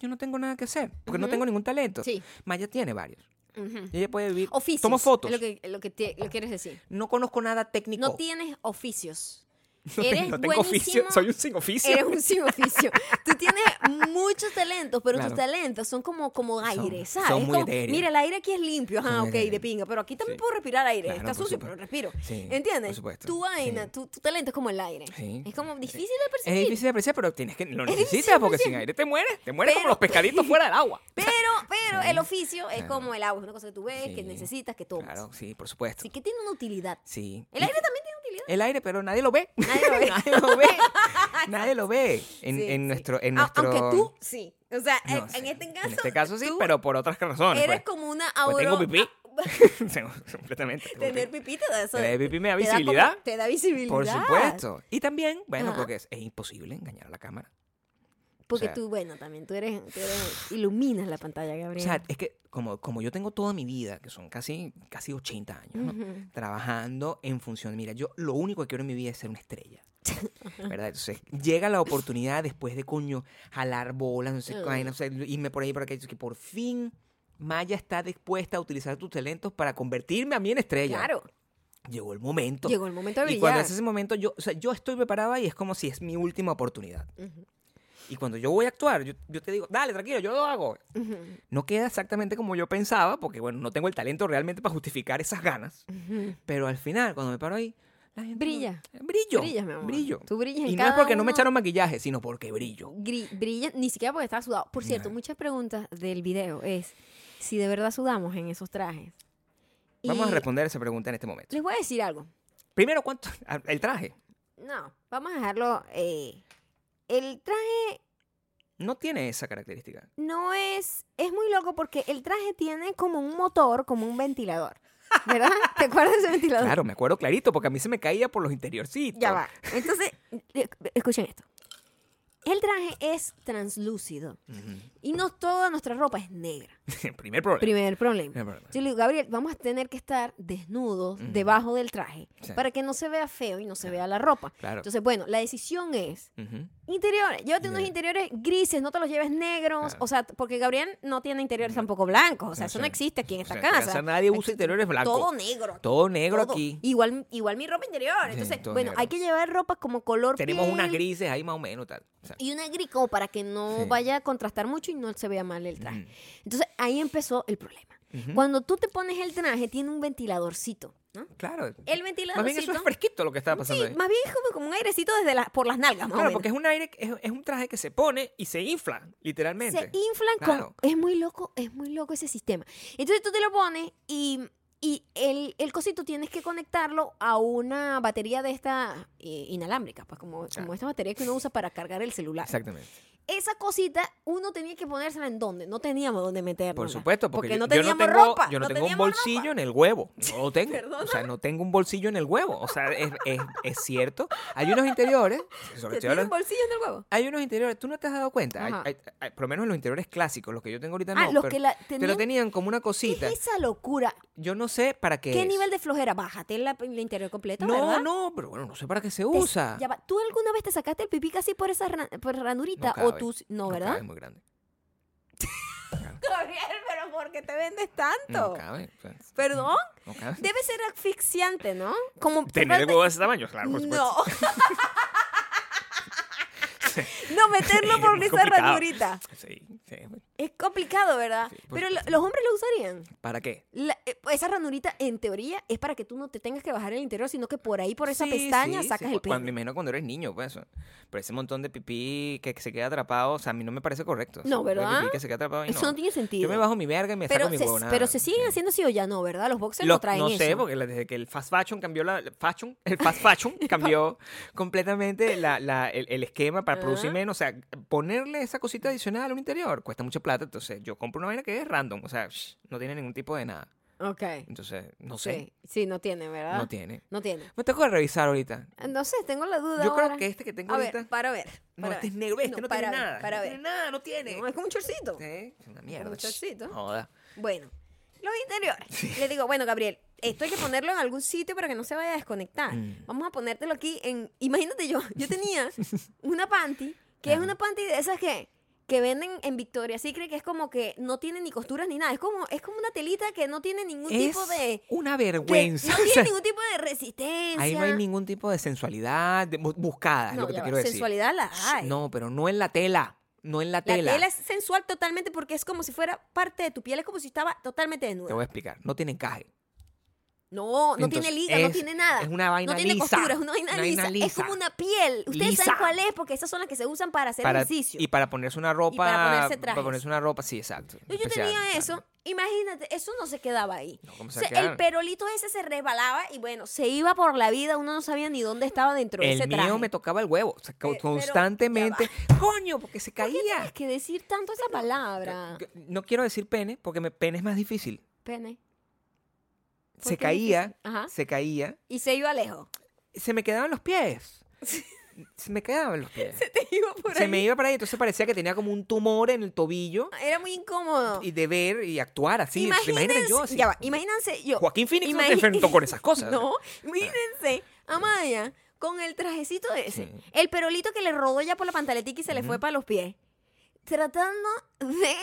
Speaker 2: Yo no tengo nada que hacer, porque no tengo ningún talento.
Speaker 1: Sí.
Speaker 2: Maya tiene varios.
Speaker 1: Ujú.
Speaker 2: Y ella puede vivir.
Speaker 1: Oficios.
Speaker 2: Tomo fotos.
Speaker 1: es Lo que, lo que te- lo quieres decir.
Speaker 2: No conozco nada técnico.
Speaker 1: No tienes oficios.
Speaker 2: No te-
Speaker 1: Eres
Speaker 2: no tengo oficio.
Speaker 1: buenísimo-
Speaker 2: Soy un sin oficio.
Speaker 1: Eres un sin oficio. Tú tienes muchos talentos, pero
Speaker 2: Claro.
Speaker 1: tus talentos son como, como aire,
Speaker 2: son
Speaker 1: ¿sabes? Es
Speaker 2: muy
Speaker 1: como,
Speaker 2: etéreos.
Speaker 1: mira, el aire aquí es limpio, ajá,
Speaker 2: Son muy
Speaker 1: ok, de
Speaker 2: etéreos.
Speaker 1: pinga, pero aquí también
Speaker 2: Sí.
Speaker 1: puedo respirar aire.
Speaker 2: Claro,
Speaker 1: Está
Speaker 2: por
Speaker 1: sucio, pero
Speaker 2: supuesto.
Speaker 1: respiro.
Speaker 2: Sí,
Speaker 1: ¿Entiendes?
Speaker 2: por supuesto.
Speaker 1: Tu vaina,
Speaker 2: Sí.
Speaker 1: tu, tu talento es como el aire.
Speaker 2: Sí.
Speaker 1: Es como difícil de
Speaker 2: Es
Speaker 1: percibir.
Speaker 2: difícil de apreciar, pero tienes que lo
Speaker 1: Es
Speaker 2: necesitas porque
Speaker 1: 100%.
Speaker 2: sin aire te mueres, te mueres como
Speaker 1: Pero-
Speaker 2: los pescaditos fuera del agua.
Speaker 1: Pero, pero el oficio es
Speaker 2: Claro.
Speaker 1: como el agua, es una cosa que tú ves, Pues, que
Speaker 2: Sí.
Speaker 1: necesitas, que tomas.
Speaker 2: Claro, sí, por supuesto.
Speaker 1: Así que tiene una utilidad.
Speaker 2: Sí.
Speaker 1: El
Speaker 2: Y-
Speaker 1: aire también tiene utilidad.
Speaker 2: El aire, pero nadie lo ve.
Speaker 1: Nadie lo ve.
Speaker 2: Nadie lo ve. Nadie lo ve. En,
Speaker 1: Sí,
Speaker 2: en
Speaker 1: sí.
Speaker 2: nuestro, en
Speaker 1: A-
Speaker 2: nuestro.
Speaker 1: Aunque tú, sí. O sea,
Speaker 2: No,
Speaker 1: en,
Speaker 2: sí.
Speaker 1: en este caso.
Speaker 2: En este caso sí,
Speaker 1: tú
Speaker 2: pero por otras razones.
Speaker 1: Eres
Speaker 2: pues.
Speaker 1: como una
Speaker 2: Pues
Speaker 1: aurora.
Speaker 2: tengo pipí. Tengo- completamente. tengo
Speaker 1: Tener
Speaker 2: pipí.
Speaker 1: pipí te da eso.
Speaker 2: Tener pipí me da
Speaker 1: te como-
Speaker 2: visibilidad.
Speaker 1: Te da visibilidad.
Speaker 2: Por supuesto. Y también, bueno,
Speaker 1: Ajá.
Speaker 2: porque es, es imposible engañar a la cámara.
Speaker 1: Porque
Speaker 2: O sea-
Speaker 1: tú, bueno, también tú eres, tú eres- iluminas la pantalla,
Speaker 2: O
Speaker 1: Gabriel.
Speaker 2: sea, es que como, como yo tengo toda mi vida, que son casi, casi 80 años, ¿no?
Speaker 1: Ujú.
Speaker 2: trabajando en función. Mira, yo lo único que quiero en mi vida es ser una estrella. ¿verdad? Entonces llega la oportunidad después de coño jalar bolas, no sé,
Speaker 1: Mm.
Speaker 2: vaina, o sea, irme por ahí por acá, que por fin Maya está dispuesta a utilizar tus talentos para convertirme a mí en estrella.
Speaker 1: Claro.
Speaker 2: Llegó el momento.
Speaker 1: Llegó el momento de
Speaker 2: y cuando
Speaker 1: brillar.
Speaker 2: es ese momento, yo, o sea, yo estoy preparada y es como si es mi última oportunidad.
Speaker 1: Ujú.
Speaker 2: Y cuando yo voy a actuar, yo, yo te digo, dale, tranquilo, yo lo hago.
Speaker 1: Ujú.
Speaker 2: No queda exactamente como yo pensaba, porque bueno, no tengo el talento realmente para justificar esas ganas.
Speaker 1: Ujú.
Speaker 2: Pero al final, cuando me paro ahí, la gente no- eh,
Speaker 1: Brilla.
Speaker 2: brillo.
Speaker 1: Brillas, mi amor.
Speaker 2: Brillo.
Speaker 1: Tú brillas en
Speaker 2: Y no
Speaker 1: cada
Speaker 2: es porque no
Speaker 1: uno.
Speaker 2: me echaron maquillaje, sino porque brillo.
Speaker 1: Gri- brilla, ni siquiera porque estaba sudado. Por cierto,
Speaker 2: Nah.
Speaker 1: muchas preguntas del video es si de verdad sudamos en esos trajes.
Speaker 2: Vamos
Speaker 1: Y
Speaker 2: a responder esa pregunta en este momento.
Speaker 1: Les voy a decir algo.
Speaker 2: Primero, ¿cuánto? ah, El traje.
Speaker 1: No, vamos a dejarlo. eh, el traje
Speaker 2: No tiene esa característica.
Speaker 1: no es. Es muy loco porque el traje tiene como un motor, como un ventilador. ¿Verdad? ¿Te acuerdas de ese ventilador?
Speaker 2: Claro, me acuerdo clarito, porque a mí se me caía por los interiorcitos.
Speaker 1: Ah. Ya va. Entonces, eh, escuchen esto. El traje es translúcido
Speaker 2: Ujú.
Speaker 1: y no toda nuestra ropa es negra.
Speaker 2: Primer problema.
Speaker 1: Primer problema.
Speaker 2: Primer problema.
Speaker 1: Yo le digo, Gabriel, vamos a tener que estar desnudos
Speaker 2: Ujú.
Speaker 1: debajo del traje
Speaker 2: Sí.
Speaker 1: para que no se vea feo y no se vea la ropa.
Speaker 2: Claro.
Speaker 1: Entonces, bueno, la decisión es
Speaker 2: Ujú.
Speaker 1: interiores. Llévate unos
Speaker 2: Ya.
Speaker 1: interiores grises, no te los lleves negros.
Speaker 2: Claro.
Speaker 1: O sea, porque Gabriel no tiene interiores tampoco blancos. O sea,
Speaker 2: Ah. No
Speaker 1: eso
Speaker 2: sé.
Speaker 1: no existe aquí en
Speaker 2: O
Speaker 1: esta
Speaker 2: sea, en
Speaker 1: casa.
Speaker 2: tu casa nadie usa
Speaker 1: Aquí-
Speaker 2: interiores blancos.
Speaker 1: Todo negro.
Speaker 2: Todo negro
Speaker 1: todo.
Speaker 2: aquí.
Speaker 1: Igual, igual mi ropa interior.
Speaker 2: Sí,
Speaker 1: Entonces,
Speaker 2: todo
Speaker 1: bueno,
Speaker 2: negro.
Speaker 1: hay que llevar ropa como color
Speaker 2: Tenemos unas
Speaker 1: piel
Speaker 2: grises ahí más o menos. Tal. O sea,
Speaker 1: y una gris como para que no
Speaker 2: Sí.
Speaker 1: vaya a contrastar mucho y no se vea mal el traje.
Speaker 2: Ujú.
Speaker 1: Entonces ahí empezó el problema.
Speaker 2: Ujú.
Speaker 1: Cuando tú te pones el traje tiene un ventiladorcito, ¿no?
Speaker 2: claro.
Speaker 1: El
Speaker 2: Más
Speaker 1: ventiladorcito.
Speaker 2: bien eso es fresquito lo que estaba pasando
Speaker 1: sí,
Speaker 2: ahí.
Speaker 1: más bien es como, como un airecito desde la- por las nalgas, más o
Speaker 2: Claro,
Speaker 1: menos.
Speaker 2: porque es un aire, es, es un traje que se pone y se infla, literalmente.
Speaker 1: Se inflan
Speaker 2: Claro.
Speaker 1: con... Es muy loco, es muy loco ese sistema. Entonces tú te lo pones y, y el, el cosito tienes que conectarlo a una batería de esta eh, inalámbrica, pues como,
Speaker 2: Claro.
Speaker 1: como esta batería que uno usa para cargar el celular.
Speaker 2: Exactamente.
Speaker 1: Esa cosita uno tenía que ponérsela en donde, no teníamos dónde meterla.
Speaker 2: Por supuesto, porque, yo-
Speaker 1: no
Speaker 2: yo, no
Speaker 1: teníamos
Speaker 2: tengo,
Speaker 1: ropa.
Speaker 2: yo no, tengo un
Speaker 1: teníamos ropa.
Speaker 2: bolsillo en el huevo. No lo tengo. o sea,
Speaker 1: Perdóname.
Speaker 2: no tengo un bolsillo en el huevo. O sea, es, es- es cierto. Hay unos interiores, sobre
Speaker 1: ¿Te
Speaker 2: todo
Speaker 1: tiene
Speaker 2: los-
Speaker 1: un bolsillo en el huevo?
Speaker 2: hay unos interiores, tú no te has dado cuenta. Hay-
Speaker 1: Ajá.
Speaker 2: hay- hay- por lo menos los interiores clásicos, los que yo tengo ahorita
Speaker 1: Ah,
Speaker 2: no.
Speaker 1: los
Speaker 2: pero
Speaker 1: que la
Speaker 2: Te lo
Speaker 1: tenían-
Speaker 2: tenían como una
Speaker 1: ¿Qué
Speaker 2: cosita.
Speaker 1: es esa locura?
Speaker 2: Yo no sé para qué.
Speaker 1: ¿Qué
Speaker 2: es.
Speaker 1: nivel de flojera? Bájate la, la interior completa,
Speaker 2: No,
Speaker 1: ¿verdad?
Speaker 2: no, pero bueno, no sé para qué se
Speaker 1: Te-
Speaker 2: usa.
Speaker 1: ya va, ¿Tú alguna vez te sacaste el pipí casi por esa ran- por ranurita?
Speaker 2: No
Speaker 1: o
Speaker 2: cabe,
Speaker 1: tú, no,
Speaker 2: No,
Speaker 1: ¿verdad?
Speaker 2: cabe, es muy grande.
Speaker 1: Gabriel, pero ¿por qué te vendes tanto?
Speaker 2: No cabe. o sea,
Speaker 1: ¿Perdón?
Speaker 2: No cabe.
Speaker 1: Debe ser asfixiante, ¿no? Como
Speaker 2: Tener el
Speaker 1: falta-
Speaker 2: huevo de ese tamaño, claro, por supuesto.
Speaker 1: No. no, meterlo por
Speaker 2: Es
Speaker 1: esa
Speaker 2: complicado.
Speaker 1: ranurita.
Speaker 2: Sí, sí.
Speaker 1: Es complicado, ¿verdad?
Speaker 2: Sí, por
Speaker 1: pero lo- los hombres lo usarían.
Speaker 2: ¿Para qué?
Speaker 1: La- eh, esa ranurita, en teoría, es para que tú no te tengas que bajar el interior, sino que por ahí, por esa
Speaker 2: Sí,
Speaker 1: pestaña,
Speaker 2: sí,
Speaker 1: sacas
Speaker 2: sí.
Speaker 1: el pene.
Speaker 2: Cuando, me imagino cuando eres niño, pues eso. Pero ese montón de pipí que que se queda atrapado, o sea, a mí no me parece correcto.
Speaker 1: No,
Speaker 2: O sea,
Speaker 1: ¿verdad?
Speaker 2: Pipí que se queda atrapado y
Speaker 1: Eso no tiene sentido.
Speaker 2: Yo me bajo mi verga y me
Speaker 1: pero,
Speaker 2: saco mi
Speaker 1: se,
Speaker 2: huevonada.
Speaker 1: pero se siguen
Speaker 2: Sí.
Speaker 1: haciendo así o ya no, ¿verdad? Los boxers
Speaker 2: Lo-
Speaker 1: no traen eso.
Speaker 2: sé, porque la- desde que el fast fashion cambió la la fashion, el fast fashion cambió completamente la- la- el, el esquema para producir
Speaker 1: Ah.
Speaker 2: menos. O sea, ponerle esa cosita adicional a un interior cuesta mucha plata. Entonces, yo compro una vaina que es random. O sea, shh, no tiene ningún tipo de nada.
Speaker 1: Ok.
Speaker 2: Entonces, no sé.
Speaker 1: Sí, sí, no tiene, ¿verdad?
Speaker 2: No tiene.
Speaker 1: No tiene.
Speaker 2: Me tengo que revisar ahorita.
Speaker 1: Ah, No sé, tengo la duda.
Speaker 2: Yo creo
Speaker 1: ahora.
Speaker 2: que este que tengo
Speaker 1: A
Speaker 2: ahorita-
Speaker 1: ver, para ver.
Speaker 2: No,
Speaker 1: para
Speaker 2: este
Speaker 1: ver.
Speaker 2: es negro, este no,
Speaker 1: para
Speaker 2: tiene
Speaker 1: ver,
Speaker 2: nada.
Speaker 1: Para
Speaker 2: no
Speaker 1: ver.
Speaker 2: tiene nada, no tiene.
Speaker 1: No, es como un chorcito.
Speaker 2: Sí, es una mierda.
Speaker 1: Un chorcito.
Speaker 2: shh, Joda.
Speaker 1: Bueno, los interiores. Le digo, bueno, Gabriel, esto hay que ponerlo en algún sitio para que no se vaya a desconectar.
Speaker 2: Mm.
Speaker 1: Vamos a ponértelo aquí en. Imagínate yo, yo tenía una panty, que es
Speaker 2: Ajá.
Speaker 1: una panty de esas que que venden en Victoria Secret que es como que no tiene ni costuras ni nada es como es como una telita que no tiene ningún tipo
Speaker 2: Es
Speaker 1: de
Speaker 2: una
Speaker 1: que
Speaker 2: vergüenza.
Speaker 1: no
Speaker 2: O sea,
Speaker 1: tiene ningún tipo de resistencia
Speaker 2: Ahí no hay ningún tipo de sensualidad de- bu- buscada, es
Speaker 1: No,
Speaker 2: lo que te
Speaker 1: ya va,
Speaker 2: quiero decir.
Speaker 1: sensualidad la hay
Speaker 2: No, pero no en la tela. No en la
Speaker 1: La
Speaker 2: tela.
Speaker 1: tela es sensual totalmente porque es como si fuera parte de tu piel, es como si estaba totalmente
Speaker 2: Te
Speaker 1: desnuda.
Speaker 2: voy a explicar. No tiene encaje.
Speaker 1: No, no tiene
Speaker 2: Entonces,
Speaker 1: liga, no
Speaker 2: es-
Speaker 1: tiene nada.
Speaker 2: es una vaina
Speaker 1: No tiene
Speaker 2: lisa,
Speaker 1: costura, es una vaina,
Speaker 2: una
Speaker 1: lisa.
Speaker 2: vaina
Speaker 1: Es como
Speaker 2: lisa.
Speaker 1: una piel. Ustedes saben
Speaker 2: Lisa.
Speaker 1: cuál es porque esas son las que se usan para hacer
Speaker 2: Para-
Speaker 1: ejercicio.
Speaker 2: y para ponerse una ropa.
Speaker 1: para ponerse
Speaker 2: para
Speaker 1: trajes.
Speaker 2: ponerse una ropa, sí, exacto.
Speaker 1: yo, yo
Speaker 2: especial,
Speaker 1: tenía
Speaker 2: claro.
Speaker 1: eso, imagínate, eso no se quedaba ahí.
Speaker 2: No, ¿cómo
Speaker 1: O
Speaker 2: se
Speaker 1: sea,
Speaker 2: va a quedar?
Speaker 1: el perolito ese se resbalaba y bueno, se iba por la vida, uno no sabía ni dónde estaba dentro de
Speaker 2: El
Speaker 1: ese
Speaker 2: mío
Speaker 1: traje.
Speaker 2: me tocaba el huevo. o sea, co-
Speaker 1: Pe- pero,
Speaker 2: constantemente. ¡Coño! Porque se
Speaker 1: ¿Por qué
Speaker 2: caía.
Speaker 1: tienes que decir tanto esa palabra?
Speaker 2: Que- No quiero decir pene, porque me, pene es más difícil.
Speaker 1: Pene. ¿Por
Speaker 2: Se
Speaker 1: qué es difícil? ¿Ah?
Speaker 2: caía,
Speaker 1: Ajá.
Speaker 2: se caía,
Speaker 1: Y se iba lejos.
Speaker 2: se me quedaban los pies. Se me quedaban los pies. Se,
Speaker 1: Te iba por ahí.
Speaker 2: me iba para ahí, entonces parecía que tenía como un tumor en el tobillo
Speaker 1: Era muy incómodo.
Speaker 2: y de ver y actuar así. Imagínate, yo así.
Speaker 1: ya va, imagínense yo.
Speaker 2: Joaquín Phoenix no
Speaker 1: Imagi-
Speaker 2: se enfrentó con esas cosas.
Speaker 1: No, imagínense a Maya con el trajecito ese,
Speaker 2: Sí.
Speaker 1: el perolito que le rodó ya por la pantaletica y se le
Speaker 2: Ujú.
Speaker 1: fue para los pies, tratando de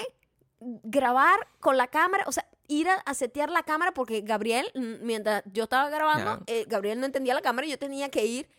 Speaker 1: grabar con la cámara, o sea, ir a, a setear la cámara porque Gabriel, mm, mientras yo estaba grabando,
Speaker 2: Ya.
Speaker 1: eh, Gabriel no entendía la cámara y yo tenía que ir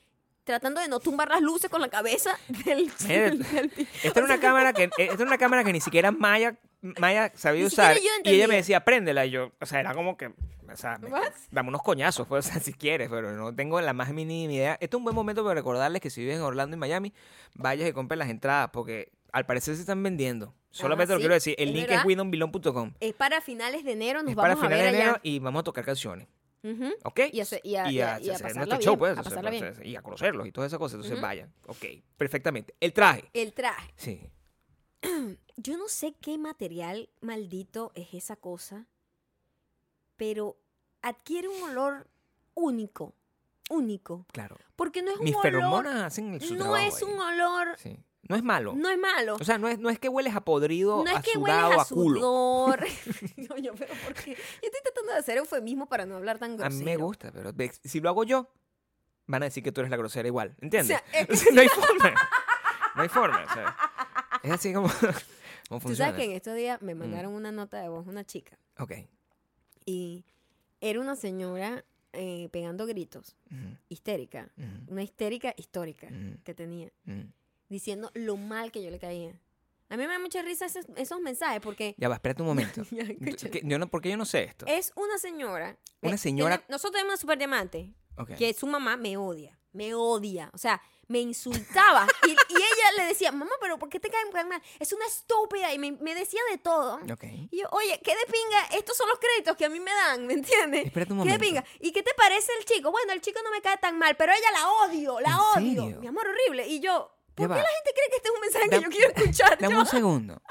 Speaker 1: tratando de no tumbar las luces con la cabeza del, del, del-
Speaker 2: Esta era una cámara que, eh, esta era una cámara que ni siquiera Maya, Maya sabía
Speaker 1: Ni siquiera
Speaker 2: usar.
Speaker 1: yo
Speaker 2: Y ella me
Speaker 1: entendía.
Speaker 2: decía, préndela. Y yo, o sea, era como que, o sea, me-
Speaker 1: What?
Speaker 2: dame unos coñazos, pues, o sea, si quieres, pero no tengo la más mínima idea. Este es un buen momento para recordarles que si vives en Orlando y Miami, vayas y compres las entradas, porque al parecer se están vendiendo. Solamente lo
Speaker 1: Ah, sí,
Speaker 2: quiero decir, el
Speaker 1: es
Speaker 2: link es
Speaker 1: verdad.
Speaker 2: winonbilon.com.
Speaker 1: Es para finales de enero, nos
Speaker 2: Es para
Speaker 1: vamos a
Speaker 2: finales de
Speaker 1: ver
Speaker 2: enero
Speaker 1: allá.
Speaker 2: y vamos a tocar canciones.
Speaker 1: Ujú.
Speaker 2: ¿Ok?
Speaker 1: Y a- y a- y a- y a
Speaker 2: hacer
Speaker 1: pasarla
Speaker 2: nuestro
Speaker 1: bien,
Speaker 2: show, pues,
Speaker 1: a
Speaker 2: o sea,
Speaker 1: pasarla
Speaker 2: o sea, y a conocerlos y todas esas cosas. Entonces
Speaker 1: Ujú.
Speaker 2: vayan. Ok, perfectamente. El traje.
Speaker 1: El traje.
Speaker 2: Sí.
Speaker 1: Yo no sé qué material maldito es esa cosa, pero adquiere un olor único, único,
Speaker 2: Claro.
Speaker 1: porque no es un
Speaker 2: Mis
Speaker 1: olor,
Speaker 2: feromonas hacen su
Speaker 1: no
Speaker 2: trabajo
Speaker 1: es
Speaker 2: ahí.
Speaker 1: un olor,
Speaker 2: Sí. No es malo.
Speaker 1: no es malo,
Speaker 2: O sea, no es, no es que hueles a podrido,
Speaker 1: no es
Speaker 2: a
Speaker 1: que
Speaker 2: sudado,
Speaker 1: hueles
Speaker 2: a
Speaker 1: a
Speaker 2: culo.
Speaker 1: sudor. yo, yo, pero ¿por qué? Yo estoy tratando de hacer eufemismo para no hablar tan
Speaker 2: A mí
Speaker 1: grosero.
Speaker 2: me gusta, pero de- si lo hago yo, van a decir que tú eres la grosera igual. ¿Entiendes?
Speaker 1: O sea, es-
Speaker 2: O sea, no hay forma. No hay forma. o sea, es así como,
Speaker 1: Tú
Speaker 2: como funciona. Mm.
Speaker 1: sabes que en estos días me mandaron una nota de voz, una chica,
Speaker 2: Ok.
Speaker 1: y era una señora eh, pegando gritos,
Speaker 2: Ujú,
Speaker 1: histérica,
Speaker 2: ujú,
Speaker 1: una histérica histórica
Speaker 2: Ujú.
Speaker 1: que tenía.
Speaker 2: ujú.
Speaker 1: diciendo lo mal que yo le caía. A mí me da mucha risa esos, esos mensajes porque
Speaker 2: Ya va, espérate un momento.
Speaker 1: Ya, escucha.
Speaker 2: ¿Qué- yo no, ¿Por qué yo no sé esto?
Speaker 1: es una señora.
Speaker 2: Una
Speaker 1: eh,
Speaker 2: señora-
Speaker 1: tiene- nosotros tenemos una super diamante
Speaker 2: Ok.
Speaker 1: que su mamá me odia. Me odia. O sea, me insultaba. y, y ella le decía, mamá, pero ¿por qué te caen tan mal? Es una estúpida. Y me, me decía de todo.
Speaker 2: Ok.
Speaker 1: Y yo, oye, ¿qué de pinga? Estos son los créditos que a mí me dan, ¿me entiendes?
Speaker 2: Espérate un
Speaker 1: ¿Qué de pinga?
Speaker 2: momento.
Speaker 1: ¿Y qué te parece el chico? Bueno, el chico no me cae tan mal, pero ella la odio, la
Speaker 2: ¿En
Speaker 1: odio.
Speaker 2: serio?
Speaker 1: Mi amor, horrible. Y yo, ¿por
Speaker 2: Ya
Speaker 1: qué
Speaker 2: va.
Speaker 1: la gente cree que este es un mensaje
Speaker 2: Dam-
Speaker 1: que yo quiero escuchar?
Speaker 2: Dame
Speaker 1: Yo-
Speaker 2: un segundo.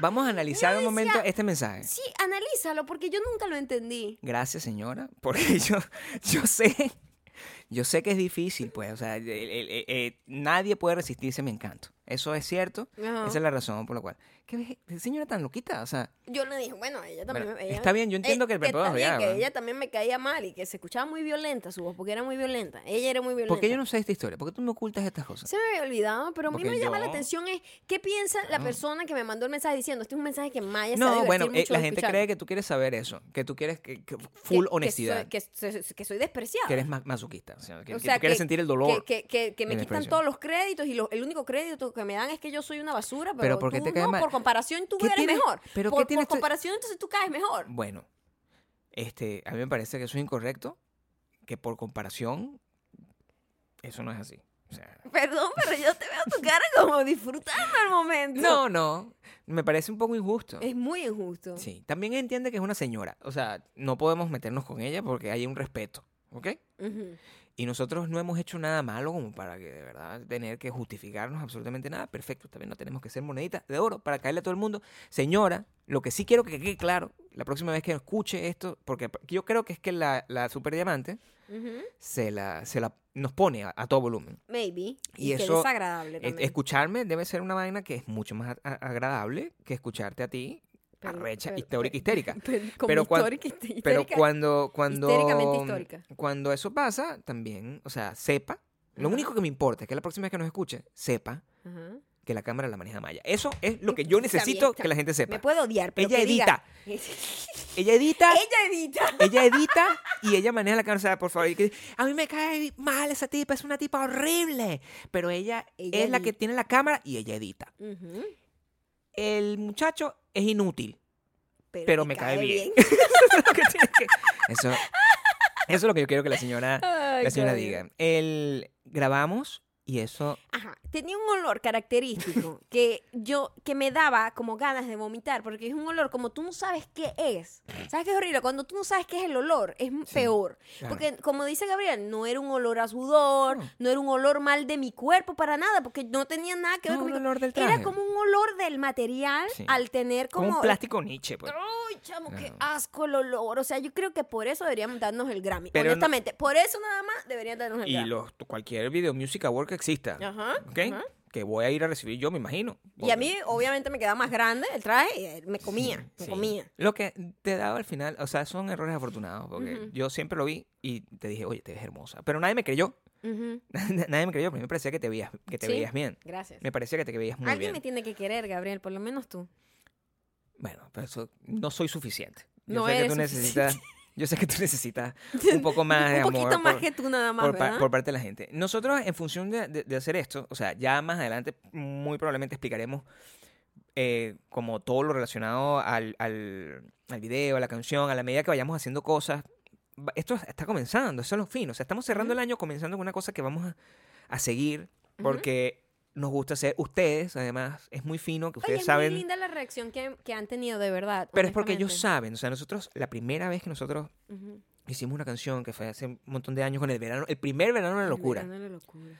Speaker 2: Vamos a analizar un momento
Speaker 1: decía-
Speaker 2: este mensaje.
Speaker 1: Sí, analízalo, porque yo nunca lo entendí.
Speaker 2: Gracias, señora, porque yo, yo sé, yo sé que es difícil, pues, o sea, el- el- el- eh, nadie puede resistirse a mi encanto. Eso es cierto,
Speaker 1: Ajá.
Speaker 2: esa es la razón por la cual. ¿Qué ve- señora tan loquita? O sea,
Speaker 1: Yo le dije, bueno, ella también.
Speaker 2: Bueno,
Speaker 1: ella-
Speaker 2: está bien, yo entiendo que el
Speaker 1: está
Speaker 2: perdón,
Speaker 1: bien,
Speaker 2: ya,
Speaker 1: que
Speaker 2: bueno.
Speaker 1: ella también me caía mal y que se escuchaba muy violenta su voz, porque era muy violenta. Ella era muy violenta.
Speaker 2: ¿por qué yo no sé esta historia? ¿Por qué tú me ocultas estas cosas?
Speaker 1: Se me había olvidado, pero a mí
Speaker 2: Porque
Speaker 1: me llama la
Speaker 2: yo-
Speaker 1: atención es qué piensa la persona que me mandó el mensaje diciendo, este es un mensaje que Maya se va a
Speaker 2: No,
Speaker 1: divertir
Speaker 2: bueno, eh,
Speaker 1: mucho
Speaker 2: la
Speaker 1: de
Speaker 2: gente
Speaker 1: escuchar".
Speaker 2: cree que tú quieres saber eso, que tú quieres que, que- full
Speaker 1: que-
Speaker 2: honestidad,
Speaker 1: Que
Speaker 2: que,
Speaker 1: soy, que, soy- que soy despreciada.
Speaker 2: eres ma- masoquista, o sea, que,
Speaker 1: O
Speaker 2: que
Speaker 1: sea,
Speaker 2: tú quieres sentir el dolor.
Speaker 1: Que, que- que- que me
Speaker 2: en la
Speaker 1: quitan
Speaker 2: expresión.
Speaker 1: todos los créditos y lo- el único crédito que me dan es que yo soy una basura, pero,
Speaker 2: Pero ¿por qué
Speaker 1: tú
Speaker 2: te caes
Speaker 1: no,
Speaker 2: mal?
Speaker 1: por comparación tú
Speaker 2: ¿Qué
Speaker 1: eres
Speaker 2: tienes-
Speaker 1: mejor.
Speaker 2: pero
Speaker 1: por,
Speaker 2: qué tienes
Speaker 1: por
Speaker 2: tú-
Speaker 1: comparación entonces tú caes mejor.
Speaker 2: Bueno, este, a mí me parece que eso es incorrecto, que por comparación, eso no es así. O sea,
Speaker 1: Perdón, pero yo te veo tu cara como disfrutando el momento.
Speaker 2: no, no, me parece un poco injusto.
Speaker 1: Es muy injusto.
Speaker 2: Sí, también entiende que es una señora, o sea, no podemos meternos con ella porque hay un respeto, ¿ok?
Speaker 1: Ujú.
Speaker 2: Y nosotros no hemos hecho nada malo como para que de verdad tener que justificarnos absolutamente nada. Perfecto, también no tenemos que ser moneditas de oro para caerle a todo el mundo. Señora, lo que sí quiero que quede claro, la próxima vez que escuche esto, porque yo creo que es que la, la super diamante
Speaker 1: Ujú.
Speaker 2: se la, se la nos pone a, a todo volumen.
Speaker 1: Maybe.
Speaker 2: Y
Speaker 1: Y, que
Speaker 2: eso-
Speaker 1: desagradable
Speaker 2: Es-
Speaker 1: también.
Speaker 2: escucharme debe ser una vaina que es mucho más a- a- agradable que escucharte a ti,
Speaker 1: Pero-
Speaker 2: arrecha,
Speaker 1: pero-
Speaker 2: histórica,
Speaker 1: pero-
Speaker 2: histérica.
Speaker 1: Pero, como
Speaker 2: pero cuan-
Speaker 1: histórica, histérica.
Speaker 2: Pero cuando,
Speaker 1: histéricamente
Speaker 2: cuando,
Speaker 1: histórica.
Speaker 2: cuando eso pasa, también, o sea, sepa, lo
Speaker 1: Ajá.
Speaker 2: único que me importa es que la próxima vez que nos escuche, sepa
Speaker 1: Ajá.
Speaker 2: que la cámara la maneja Maya. Eso es lo que
Speaker 1: Está
Speaker 2: yo
Speaker 1: bien,
Speaker 2: necesito
Speaker 1: está
Speaker 2: que la gente
Speaker 1: Me
Speaker 2: sepa.
Speaker 1: puedo odiar, pero
Speaker 2: Ella
Speaker 1: que diga-
Speaker 2: Ella edita,
Speaker 1: Ella edita.
Speaker 2: ella edita y ella maneja la cámara. O sea, por favor, y que- a mí me cae mal esa tipa, es una tipa horrible. Pero ella,
Speaker 1: Ella
Speaker 2: es la que
Speaker 1: edita.
Speaker 2: tiene la cámara y ella edita.
Speaker 1: Ujú.
Speaker 2: El muchacho es inútil. pero me cae bien. Eso, eso es lo que yo quiero que la señora,
Speaker 1: Ay,
Speaker 2: la señora
Speaker 1: coño.
Speaker 2: diga. El, grabamos y eso.
Speaker 1: Ajá, tenía un olor característico que yo que me daba como ganas de vomitar porque es un olor como tú no sabes qué es. ¿Sabes qué es horrible? Cuando tú no sabes qué es el olor, es m-
Speaker 2: Sí,
Speaker 1: peor.
Speaker 2: claro.
Speaker 1: Porque como dice Gabriel, no era un olor a sudor,
Speaker 2: No.
Speaker 1: no, era un olor mal de mi cuerpo para nada porque no tenía nada que ver
Speaker 2: No,
Speaker 1: con mi
Speaker 2: el
Speaker 1: cuerpo.
Speaker 2: olor del
Speaker 1: Era
Speaker 2: traje.
Speaker 1: como un olor del material
Speaker 2: Sí.
Speaker 1: al tener
Speaker 2: Como
Speaker 1: como,
Speaker 2: un plástico Nietzsche, pues.
Speaker 1: ¡Ay, chamo, qué
Speaker 2: No.
Speaker 1: asco el olor! O sea, yo creo que por eso deberían darnos el Grammy.
Speaker 2: Pero no-
Speaker 1: Honestamente, por eso nada más deberían darnos el
Speaker 2: Y
Speaker 1: Grammy.
Speaker 2: los, cualquier Video Music Award que exista.
Speaker 1: Ajá,
Speaker 2: ¿Ok?
Speaker 1: ajá.
Speaker 2: que voy a ir a recibir yo, me imagino.
Speaker 1: Y
Speaker 2: Porque-
Speaker 1: a mí, obviamente, me quedaba más grande el traje y eh, me comía, me
Speaker 2: Sí.
Speaker 1: comía.
Speaker 2: Lo que te daba al final, o sea, son errores afortunados, porque
Speaker 1: Ujú.
Speaker 2: yo siempre lo vi y te dije, oye, te ves hermosa. Pero nadie me creyó,
Speaker 1: Ujú.
Speaker 2: nadie me creyó, porque me parecía que te veías, que te
Speaker 1: Sí.
Speaker 2: veías bien.
Speaker 1: Gracias.
Speaker 2: Me parecía que te veías muy
Speaker 1: Alguien
Speaker 2: bien.
Speaker 1: me tiene que querer, Gabriel, por lo menos tú.
Speaker 2: Bueno, pero eso no soy suficiente. Yo
Speaker 1: No
Speaker 2: sé que
Speaker 1: eres
Speaker 2: tú necesitas, yo sé que tú necesitas un poco más de
Speaker 1: Un
Speaker 2: amor.
Speaker 1: poquito más
Speaker 2: por-
Speaker 1: que tú nada más,
Speaker 2: por, pa-
Speaker 1: ¿verdad?
Speaker 2: por parte de la gente. Nosotros, en función de, de- de hacer esto, o sea, ya más adelante muy probablemente explicaremos eh, como todo lo relacionado al, al, al video, a la canción, a la medida que vayamos haciendo cosas. Va- Esto está comenzando, eso es lo fino. O sea, estamos cerrando el año comenzando con una cosa que vamos a, a seguir
Speaker 1: Ujú.
Speaker 2: porque nos gusta hacer ustedes, además, es muy fino que
Speaker 1: Oye,
Speaker 2: ustedes
Speaker 1: es
Speaker 2: saben.
Speaker 1: muy linda la reacción que, que han tenido, de verdad.
Speaker 2: Pero es porque ellos
Speaker 1: honestamente.
Speaker 2: saben, o sea, nosotros, la primera vez que nosotros
Speaker 1: Ujú.
Speaker 2: hicimos una canción que fue hace un montón de años con el verano, el primer verano de la
Speaker 1: El
Speaker 2: locura.
Speaker 1: verano de la locura.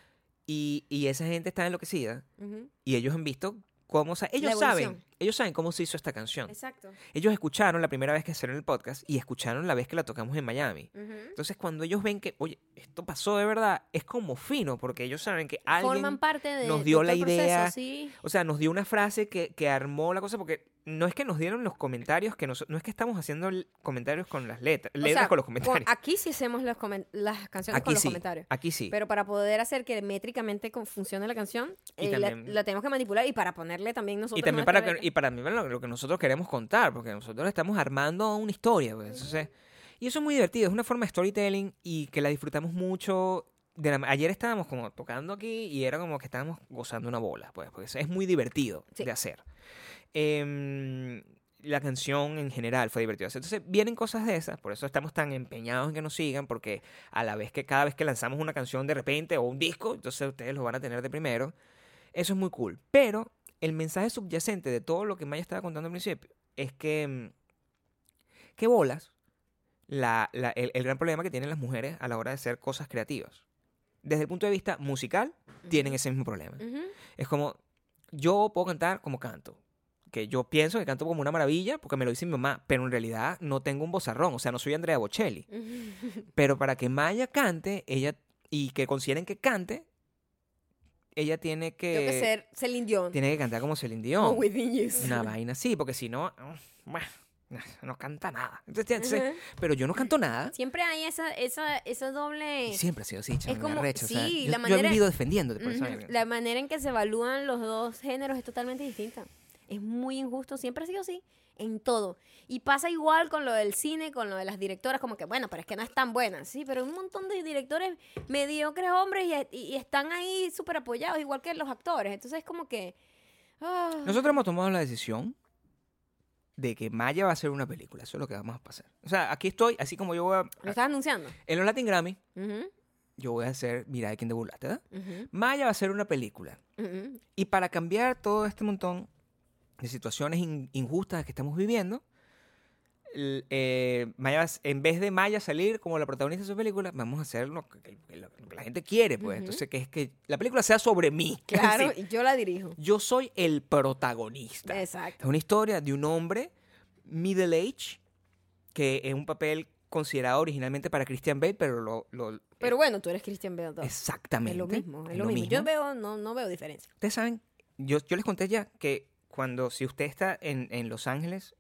Speaker 2: y, y esa gente está enloquecida
Speaker 1: Ujú.
Speaker 2: y ellos han visto cómo sa- ellos saben
Speaker 1: evolución.
Speaker 2: ellos saben cómo se hizo esta canción
Speaker 1: Exacto.
Speaker 2: ellos escucharon la primera vez que hicieron el podcast y escucharon la vez que la tocamos en Miami
Speaker 1: Ujú.
Speaker 2: entonces cuando ellos ven que oye esto pasó de verdad es como fino porque ellos saben que alguien
Speaker 1: Forman parte de.
Speaker 2: nos
Speaker 1: de
Speaker 2: dio
Speaker 1: todo
Speaker 2: la
Speaker 1: el proceso,
Speaker 2: idea.
Speaker 1: sí.
Speaker 2: o sea nos dio una frase que, que armó la cosa porque no es que nos dieron los comentarios que nos, no es que estamos haciendo l- comentarios con las letras
Speaker 1: O
Speaker 2: letras
Speaker 1: sea,
Speaker 2: con los comentarios
Speaker 1: aquí sí hacemos los comen- las canciones
Speaker 2: aquí
Speaker 1: con los
Speaker 2: sí
Speaker 1: comentarios.
Speaker 2: aquí sí
Speaker 1: Pero para poder hacer que métricamente con- funcione la canción,
Speaker 2: Y
Speaker 1: eh, la,
Speaker 2: también-
Speaker 1: la tenemos que manipular y para ponerle también nosotros.
Speaker 2: y también
Speaker 1: nuestra
Speaker 2: para que-
Speaker 1: letra.
Speaker 2: y para mí bueno, lo que nosotros queremos contar porque nosotros estamos armando una historia pues, entonces, y eso es muy divertido es una forma de storytelling y que la disfrutamos mucho de la- ayer estábamos como tocando aquí y era como que estábamos gozando una bola pues porque es muy divertido
Speaker 1: Sí.
Speaker 2: de hacer Em, la canción en general fue divertida. Entonces vienen cosas de esas, por eso estamos tan empeñados en que nos sigan, porque a la vez que cada vez que lanzamos una canción de repente o un disco, entonces ustedes lo van a tener de primero. Eso es muy cool. Pero el mensaje subyacente de todo lo que Maya estaba contando al principio es que. mm, ¿Qué bolas? La, la- el, el gran problema que tienen las mujeres a la hora de hacer cosas creativas. Desde el punto de vista musical, tienen ese mismo problema.
Speaker 1: Ujú.
Speaker 2: Es como, yo puedo cantar como canto. Que yo pienso que canto como una maravilla porque me lo dice mi mamá, pero en realidad no tengo un bozarrón, o sea, no soy Andrea Bocelli.
Speaker 1: Ujú.
Speaker 2: Pero para que Maya cante, ella, y que consideren que cante, ella tiene que,
Speaker 1: Tengo que ser Celine Dion.
Speaker 2: Eh, tiene que cantar como Celine Dion.
Speaker 1: o Within You.
Speaker 2: Una vaina así, porque si no, mm, bueno, no canta nada. Entonces, entonces,
Speaker 1: Ajá.
Speaker 2: pero yo no canto nada.
Speaker 1: Siempre hay esa, esa, esa doble.
Speaker 2: Y siempre ha sido así, chamo, me
Speaker 1: como-
Speaker 2: arrecha, o sea,
Speaker 1: sí,
Speaker 2: yo,
Speaker 1: la
Speaker 2: yo he
Speaker 1: manera-
Speaker 2: vivido defendiéndote por eso.
Speaker 1: Ujú. La manera en que se evalúan los dos géneros es totalmente distinta. Es muy injusto, siempre ha sido así, en todo. Y pasa igual con lo del cine, con lo de las directoras, como que, bueno, pero es que no es tan buena, sí, pero un montón de directores mediocres hombres y, y- y están ahí súper apoyados, igual que los actores. Entonces es como que... ah.
Speaker 2: Nosotros hemos tomado la decisión de que Maya va a hacer una película. Eso es lo que vamos a pasar. O sea, aquí estoy, así como yo voy a.
Speaker 1: Lo estás anunciando.
Speaker 2: En los Latin Grammy,
Speaker 1: Ujú,
Speaker 2: yo voy a hacer. Mira de quién te burlaste, ¿verdad?
Speaker 1: ujú,
Speaker 2: Maya va a hacer una película.
Speaker 1: ujú.
Speaker 2: Y para cambiar todo este montón de situaciones in- injustas que estamos viviendo, l- eh, Maya va a s- en vez de Maya salir como la protagonista de su película, vamos a hacer lo que, lo que la gente quiere, pues.
Speaker 1: Ujú.
Speaker 2: Entonces, que es que la película sea sobre mí.
Speaker 1: Claro,
Speaker 2: Sí.
Speaker 1: y yo la dirijo.
Speaker 2: Yo soy el protagonista. Es
Speaker 1: Exacto.
Speaker 2: una historia de un hombre middle age que es un papel considerado originalmente para Christian Bale, pero lo, lo- eh,
Speaker 1: Pero bueno, tú eres Christian Bale. entonces.
Speaker 2: exactamente
Speaker 1: Es lo mismo, es, lo, mismo. Yo veo, no, no veo diferencia.
Speaker 2: Ustedes saben, yo, yo les conté ya que cuando si usted está en, en Los Ángeles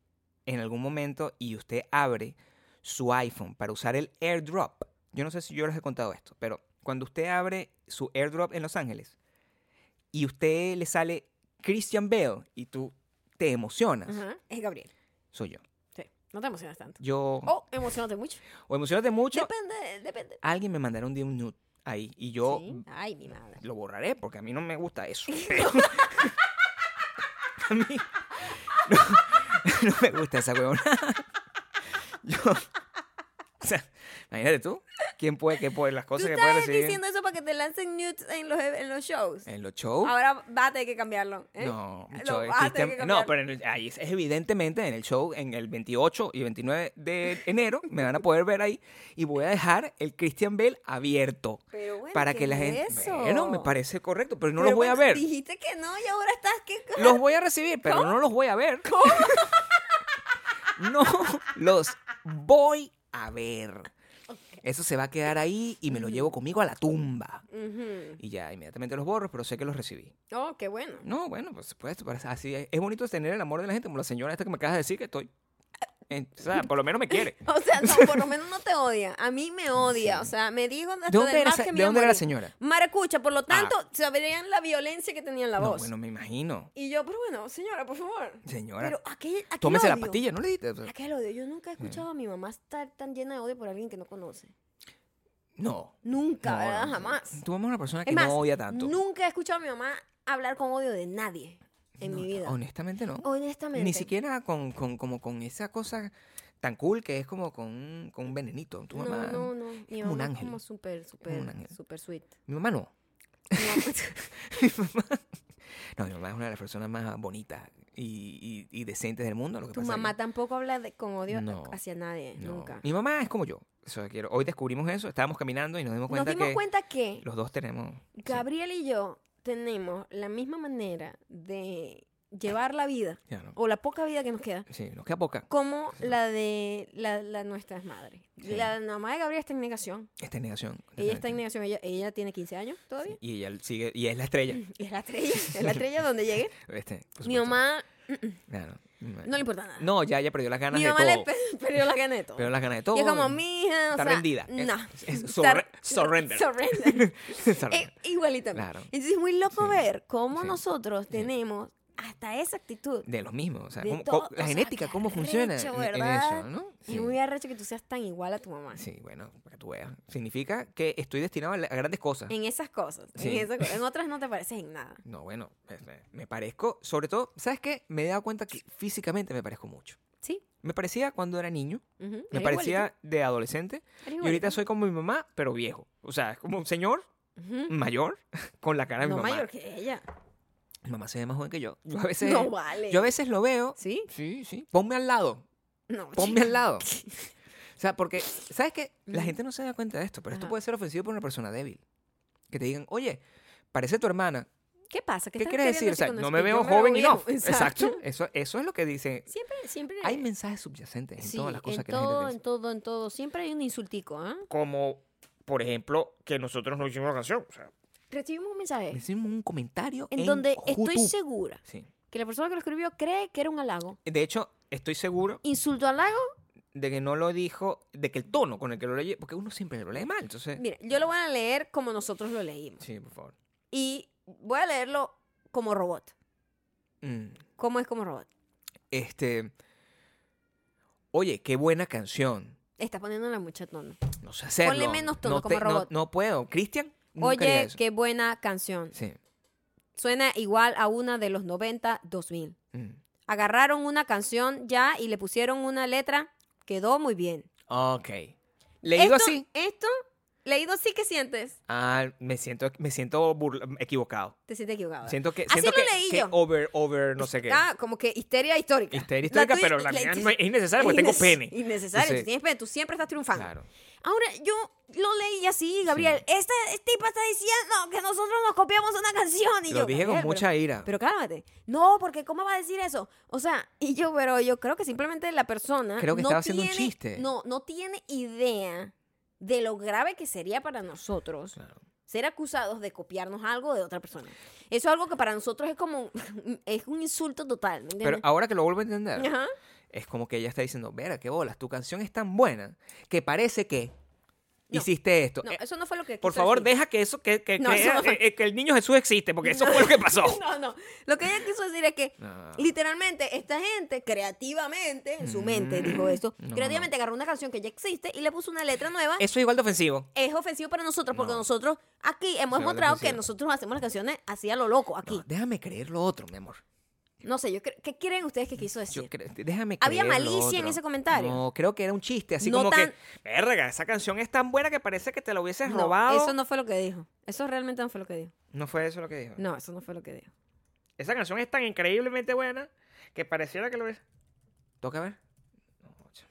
Speaker 2: en algún momento y usted abre su iPhone para usar el AirDrop, yo no sé si yo les he contado esto, pero cuando usted abre su AirDrop en Los Ángeles y usted le sale Christian Bale y tú te emocionas,
Speaker 1: Ajá, Es Gabriel.
Speaker 2: soy yo.
Speaker 1: Sí, no te emocionas tanto.
Speaker 2: Yo
Speaker 1: O emocionate mucho.
Speaker 2: O emocionate mucho.
Speaker 1: Depende, depende.
Speaker 2: Alguien me mandará un día un nude ahí y yo
Speaker 1: Sí. Ay, mi madre.
Speaker 2: lo borraré porque a mí no me gusta eso. Pero... a mí no, no me gusta esa huevona. yo... O sea, imagínate tú. ¿Quién puede, qué puede, las
Speaker 1: Tú
Speaker 2: cosas que puede
Speaker 1: estás
Speaker 2: recibir
Speaker 1: diciendo eso para que te lancen nudes en los, en los shows.
Speaker 2: en los shows?
Speaker 1: Ahora va a tener que cambiarlo. ¿eh?
Speaker 2: No,
Speaker 1: Lo
Speaker 2: show de
Speaker 1: vas a tener
Speaker 2: Christian-
Speaker 1: que cambiar.
Speaker 2: no, pero en el- ahí es, es evidentemente en el show, en el 28 y 29 de enero, me van a poder ver ahí y voy a dejar el Christian Bell abierto.
Speaker 1: Pero bueno,
Speaker 2: para
Speaker 1: ¿qué
Speaker 2: que la
Speaker 1: es
Speaker 2: gente.
Speaker 1: eso?
Speaker 2: Bueno, me parece correcto, pero no
Speaker 1: Pero
Speaker 2: los voy
Speaker 1: bueno,
Speaker 2: a ver.
Speaker 1: Dijiste que no y ahora estás que.
Speaker 2: Los voy a recibir, pero no los voy a ver. no los voy a ver.
Speaker 1: Ok. Mm.
Speaker 2: Eso se va a quedar ahí y me lo llevo conmigo a la tumba.
Speaker 1: Ujú.
Speaker 2: Y ya, inmediatamente los borro, pero sé que los recibí.
Speaker 1: Oh, qué bueno.
Speaker 2: No, bueno, por supuesto, parece- así es. Es bonito tener el amor de la gente, como la señora esta que me acabas de decir que estoy. en- o sea, por lo menos me quiere.
Speaker 1: O sea, no, por lo menos no te odia. A mí me odia. O sea, me dijo hasta
Speaker 2: ¿De dónde
Speaker 1: del
Speaker 2: era,
Speaker 1: bar
Speaker 2: esa-
Speaker 1: que me
Speaker 2: de
Speaker 1: iba a
Speaker 2: dónde era la
Speaker 1: morir.
Speaker 2: señora? Ah.
Speaker 1: Maracucha, por lo tanto, sabrían la violencia que tenía en la
Speaker 2: No,
Speaker 1: voz.
Speaker 2: bueno, me imagino.
Speaker 1: Y yo, pero bueno, señora, por favor.
Speaker 2: Señora,
Speaker 1: Pero aquel, aquel
Speaker 2: tómese la
Speaker 1: odio,
Speaker 2: pastilla, ¿no le diste?
Speaker 1: Aquel odio. Yo nunca he escuchado a mi mamá estar tan llena de odio por alguien que no conoce.
Speaker 2: No.
Speaker 1: Nunca,
Speaker 2: no,
Speaker 1: ¿verdad?
Speaker 2: no.
Speaker 1: Jamás.
Speaker 2: Tú eres una persona que
Speaker 1: Es más,
Speaker 2: no odia tanto.
Speaker 1: nunca he escuchado a mi mamá hablar con odio de nadie en
Speaker 2: No,
Speaker 1: mi vida.
Speaker 2: Honestamente no.
Speaker 1: Honestamente.
Speaker 2: Ni siquiera con, con, como con esa cosa tan cool que es como con, un- con un venenito. Tu
Speaker 1: No,
Speaker 2: mamá.
Speaker 1: no, no. Mi
Speaker 2: como un
Speaker 1: mamá es
Speaker 2: ángel.
Speaker 1: como súper,
Speaker 2: un
Speaker 1: súper,
Speaker 2: ángel.
Speaker 1: súper sweet.
Speaker 2: Mi mamá no.
Speaker 1: Mi mamá-
Speaker 2: Mi mamá. No, mi mamá es una de las personas más bonitas y, y- y decentes del mundo. Lo que
Speaker 1: Tu
Speaker 2: pasa es que-
Speaker 1: mamá tampoco habla de- con odio
Speaker 2: No.
Speaker 1: hacia nadie,
Speaker 2: no.
Speaker 1: nunca.
Speaker 2: Mi mamá es como yo. Eso quiero. Hoy descubrimos eso. Estábamos caminando y nos dimos
Speaker 1: Nos
Speaker 2: cuenta
Speaker 1: dimos
Speaker 2: que
Speaker 1: cuenta que
Speaker 2: los dos tenemos. sí.
Speaker 1: Gabriel y yo tenemos la misma manera de llevar la vida,
Speaker 2: Ya, no.
Speaker 1: o la poca vida que nos queda,
Speaker 2: Sí, nos queda poca.
Speaker 1: como la de la, la de nuestras madres.
Speaker 2: Sí.
Speaker 1: La mamá de Gabriel está en negación.
Speaker 2: Esta es negación.
Speaker 1: Ella está en negación. Ella, ella tiene 15 años todavía.
Speaker 2: Y ella sigue. Y es la estrella.
Speaker 1: Y es la estrella. Es la estrella donde llegue.
Speaker 2: Este, por
Speaker 1: Mi
Speaker 2: supuesto.
Speaker 1: mamá
Speaker 2: Ya, no. Mi mamá-
Speaker 1: no le importa nada.
Speaker 2: No, ya ella perdió las ganas
Speaker 1: Mi
Speaker 2: de
Speaker 1: mamá le
Speaker 2: todo.
Speaker 1: pe- perdió las ganas de todo.
Speaker 2: Perdió las ganas de todo.
Speaker 1: y es como, mija, o
Speaker 2: Está
Speaker 1: sea,
Speaker 2: rendida. Es-
Speaker 1: No.
Speaker 2: es- es
Speaker 1: Está-
Speaker 2: surre- surrender.
Speaker 1: Surrender.
Speaker 2: Sorry.
Speaker 1: Eh, igualito. a mí.
Speaker 2: Claro.
Speaker 1: Entonces es muy loco
Speaker 2: Sí.
Speaker 1: ver cómo
Speaker 2: Sí.
Speaker 1: nosotros tenemos hasta esa actitud.
Speaker 2: de los mismos. O sea,
Speaker 1: de
Speaker 2: cómo-
Speaker 1: todo,
Speaker 2: cómo-
Speaker 1: o sea,
Speaker 2: la genética,
Speaker 1: qué
Speaker 2: cómo funciona
Speaker 1: arrecho,
Speaker 2: en- en,
Speaker 1: ¿verdad?
Speaker 2: eso, ¿no?
Speaker 1: Y muy arrecho que tú seas tan igual a tu mamá.
Speaker 2: Sí, bueno, para que tú veas. Significa que estoy destinado a, la- a grandes cosas.
Speaker 1: En esas cosas.
Speaker 2: Sí.
Speaker 1: En, esas cosas. en otras no te pareces en nada.
Speaker 2: No, bueno, pues, me- me parezco, sobre todo, ¿sabes qué? Me he dado cuenta que físicamente me parezco mucho.
Speaker 1: Sí.
Speaker 2: Me parecía cuando era niño,
Speaker 1: ujú,
Speaker 2: me
Speaker 1: eres
Speaker 2: parecía de adolescente,
Speaker 1: igualito, eres
Speaker 2: y ahorita
Speaker 1: igualito.
Speaker 2: soy como mi mamá, pero viejo. O sea, es como un señor
Speaker 1: Ujú.
Speaker 2: mayor con la cara de
Speaker 1: No
Speaker 2: mi mamá.
Speaker 1: mayor que ella.
Speaker 2: Mi mamá se ve más joven que yo. Yo a veces,
Speaker 1: No vale.
Speaker 2: yo a veces lo veo.
Speaker 1: ¿Sí?
Speaker 2: Sí, sí. Ponme al lado.
Speaker 1: No,
Speaker 2: Ponme
Speaker 1: chica.
Speaker 2: al lado. O sea, porque, ¿sabes qué? La
Speaker 1: Ujú.
Speaker 2: gente no se da cuenta de esto, pero esto
Speaker 1: Ajá.
Speaker 2: puede ser ofensivo por una persona débil. Que te digan, oye, parece tu hermana.
Speaker 1: ¿Qué pasa?
Speaker 2: ¿Qué,
Speaker 1: estás
Speaker 2: quiere decir?
Speaker 1: queriendo
Speaker 2: O sea,
Speaker 1: con eso?
Speaker 2: no me
Speaker 1: Que yo
Speaker 2: veo joven y
Speaker 1: viejo.
Speaker 2: no. Exacto. Eso, eso es lo que dicen.
Speaker 1: Siempre, siempre.
Speaker 2: Hay mensajes subyacentes en
Speaker 1: sí,
Speaker 2: todas las cosas
Speaker 1: en
Speaker 2: que
Speaker 1: todo,
Speaker 2: la gente
Speaker 1: en
Speaker 2: dice.
Speaker 1: todo, en todo. Siempre hay un insultico, ¿ah?
Speaker 2: Como, por ejemplo, que nosotros no hicimos la canción. O sea,
Speaker 1: Recibimos un mensaje
Speaker 2: hicimos un comentario en,
Speaker 1: en donde estoy
Speaker 2: YouTube.
Speaker 1: segura
Speaker 2: Sí.
Speaker 1: que la persona que lo escribió cree que era un halago.
Speaker 2: De hecho, estoy seguro
Speaker 1: ¿Insulto halago?
Speaker 2: de que no lo dijo, de que el tono con el que lo leí, porque uno siempre lo lee mal. Entonces,
Speaker 1: Mira, yo lo voy a leer como nosotros lo leímos.
Speaker 2: sí, por favor.
Speaker 1: Y voy a leerlo como robot.
Speaker 2: Mm.
Speaker 1: ¿Cómo es como robot?
Speaker 2: Este. Oye, qué buena canción.
Speaker 1: Estás poniéndole mucha tono.
Speaker 2: No sé hacerlo.
Speaker 1: Ponle menos tono
Speaker 2: no
Speaker 1: como
Speaker 2: no-
Speaker 1: robot.
Speaker 2: No, puedo. Cristian, nunca haría
Speaker 1: Oye,
Speaker 2: eso.
Speaker 1: qué buena canción.
Speaker 2: Sí.
Speaker 1: Suena igual a una de los 90, 2000.
Speaker 2: Mm.
Speaker 1: Agarraron una canción ya y le pusieron una letra. Quedó muy bien.
Speaker 2: Ok.
Speaker 1: Esto-
Speaker 2: Leído así.
Speaker 1: Esto, leído así que sientes.
Speaker 2: Ah, me siento, me siento burla- equivocado.
Speaker 1: Te sientes equivocado.
Speaker 2: Siento que,
Speaker 1: Así
Speaker 2: siento
Speaker 1: lo
Speaker 2: que,
Speaker 1: leí
Speaker 2: que
Speaker 1: yo.
Speaker 2: over, over, no sé qué.
Speaker 1: Ah, como que histeria histórica.
Speaker 2: Histeria histórica,
Speaker 1: tuya-
Speaker 2: pero la mía no es es innecesaria porque tengo
Speaker 1: inneces-
Speaker 2: pene.
Speaker 1: Innecesario.
Speaker 2: Entonces-
Speaker 1: si tienes pene, tú siempre estás triunfando.
Speaker 2: Claro.
Speaker 1: Ahora, yo lo leí así, Gabriel. Este, este tipo está diciendo que nosotros nos copiamos una canción. Y
Speaker 2: Lo
Speaker 1: yo,
Speaker 2: dije con
Speaker 1: "Gabriel,
Speaker 2: mucha ira.
Speaker 1: Pero, pero cálmate. No, porque ¿cómo va a decir eso? O sea, y yo, pero yo creo que simplemente la persona.
Speaker 2: Creo que
Speaker 1: no
Speaker 2: estaba haciendo un
Speaker 1: tiene-
Speaker 2: chiste.
Speaker 1: No, no tiene idea de lo grave que sería para nosotros
Speaker 2: Claro.
Speaker 1: ser acusados de copiarnos algo de otra persona. Eso es algo que para nosotros es como un- es un insulto total, ¿me
Speaker 2: Pero
Speaker 1: entiendes?
Speaker 2: ahora que lo vuelvo a eh, entender,
Speaker 1: Ajá.
Speaker 2: es como que ella está diciendo, vera, qué bolas, tu canción es tan buena que parece que
Speaker 1: No.
Speaker 2: hiciste esto.
Speaker 1: No,
Speaker 2: Eh,
Speaker 1: eso no fue lo que
Speaker 2: Por
Speaker 1: quiso
Speaker 2: favor,
Speaker 1: decir.
Speaker 2: deja que eso, que, que,
Speaker 1: No,
Speaker 2: que-
Speaker 1: eso no fue.
Speaker 2: eh, eh, que el niño Jesús existe, porque eso fue lo que pasó.
Speaker 1: No, no. Lo que ella quiso decir es que
Speaker 2: No.
Speaker 1: literalmente esta gente creativamente en su mente dijo esto,
Speaker 2: Mm. no,
Speaker 1: creativamente agarró una canción que ya existe y le puso una letra nueva.
Speaker 2: Eso es igual de ofensivo.
Speaker 1: es ofensivo para nosotros porque
Speaker 2: No.
Speaker 1: nosotros aquí hemos
Speaker 2: Sí, vale,
Speaker 1: demostrado que
Speaker 2: ofensivo.
Speaker 1: nosotros hacemos las canciones así a lo loco aquí.
Speaker 2: No,
Speaker 1: No,
Speaker 2: déjame creer lo otro, mi amor.
Speaker 1: sé, yo cre- ¿qué creen ustedes que quiso
Speaker 2: Yo
Speaker 1: decir?
Speaker 2: cre- déjame
Speaker 1: Había
Speaker 2: creer lo
Speaker 1: malicia en
Speaker 2: otro.
Speaker 1: ese comentario.
Speaker 2: No, creo que era un chiste, así
Speaker 1: No
Speaker 2: como
Speaker 1: tan-
Speaker 2: que, verga, esa canción es tan buena que parece que te la hubieses
Speaker 1: No,
Speaker 2: robado.
Speaker 1: eso no fue lo que dijo. Eso realmente no fue lo que dijo.
Speaker 2: No fue eso lo que dijo.
Speaker 1: No, eso no fue lo que dijo.
Speaker 2: Esa canción es tan increíblemente buena que pareciera que lo hubiese... Toca ver. No, ocho.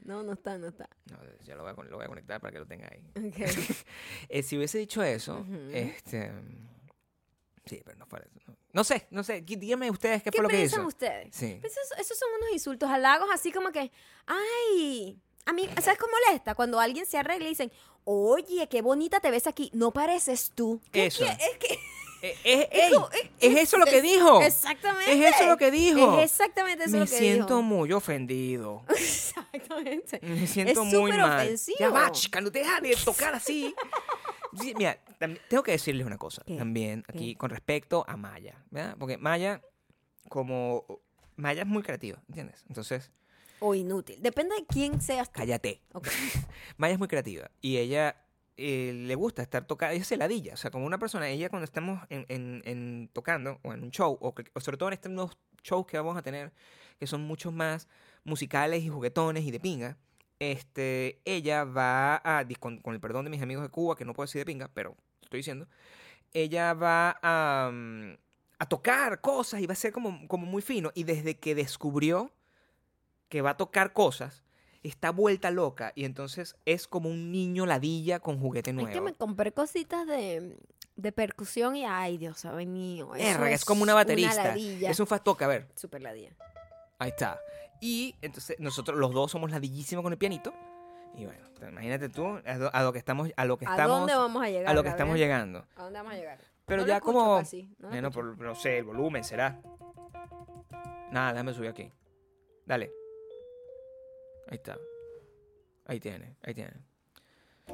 Speaker 1: No, no está, no está.
Speaker 2: No, ya lo voy, a, con- lo voy a conectar para que lo tenga ahí.
Speaker 1: Ok.
Speaker 2: Eh, si hubiese dicho eso,
Speaker 1: Ujú.
Speaker 2: este... Sí, pero no fue eso. No, No sé, no sé. Dí- Díganme ustedes qué,
Speaker 1: ¿Qué
Speaker 2: fue lo que hizo.
Speaker 1: Pues, piensan ustedes?
Speaker 2: Sí.
Speaker 1: Esos, esos son unos insultos, halagos así como que, ay, A mí, ¿sabes qué molesta? Cuando alguien se arregla y dicen, oye, qué bonita te ves aquí. No pareces tú. ¿Qué
Speaker 2: Eso.
Speaker 1: quie- Es que...
Speaker 2: Eh, eh,
Speaker 1: Es
Speaker 2: ey,
Speaker 1: como- es-
Speaker 2: es eso lo que dijo.
Speaker 1: eh, Exactamente.
Speaker 2: Es eso lo que dijo.
Speaker 1: Es exactamente eso
Speaker 2: Me
Speaker 1: lo que
Speaker 2: siento
Speaker 1: dijo.
Speaker 2: muy ofendido.
Speaker 1: Exactamente.
Speaker 2: Me siento
Speaker 1: es
Speaker 2: muy
Speaker 1: súper
Speaker 2: mal.
Speaker 1: ofensivo.
Speaker 2: Ya va, chica, no te deja de tocar así. Sí, Mira, tam- tengo que decirles una cosa
Speaker 1: ¿Qué?
Speaker 2: también aquí con respecto a Maya, ¿verdad? Porque Maya, como Maya es muy creativa, ¿entiendes? Entonces,
Speaker 1: O inútil. Depende de quién seas tú.
Speaker 2: cállate.
Speaker 1: Ok.
Speaker 2: Maya es muy creativa y ella eh, le gusta estar tocando, ella se ladilla, o sea, como una persona, ella cuando estamos en, en- en tocando o en un show, o, que- o sobre todo en estos nuevos shows que vamos a tener, que son muchos más musicales y juguetones y de pinga, este, ella va a, dis- con, con el perdón de mis amigos de Cuba, que no puedo decir de pinga, pero estoy diciendo, ella va a, mm, a tocar cosas y va a ser como, como muy fino, y desde que descubrió que va a tocar cosas, está vuelta loca y entonces es como un niño ladilla con juguete nuevo.
Speaker 1: Es que me compré cositas de, de percusión y ay, Dios sabe mío. eso
Speaker 2: Verga, es como una baterista.
Speaker 1: Una ladilla.
Speaker 2: es un fast talk, a ver,
Speaker 1: Super ladilla.
Speaker 2: ahí está. Y entonces nosotros los dos somos ladillísimos con el pianito. Y bueno, te- imagínate tú a lo, a lo que estamos a lo que
Speaker 1: ¿A
Speaker 2: estamos
Speaker 1: dónde vamos a llegar?
Speaker 2: a lo que estamos
Speaker 1: Gabriel?
Speaker 2: llegando.
Speaker 1: ¿A dónde vamos a llegar?
Speaker 2: Pero
Speaker 1: No lo
Speaker 2: ya
Speaker 1: escucho
Speaker 2: como
Speaker 1: casi, no lo
Speaker 2: bueno,
Speaker 1: escucho.
Speaker 2: por- no sé, el volumen será. Nada, déjame subir aquí. Dale. Ahí está. Ahí tiene, ahí tiene.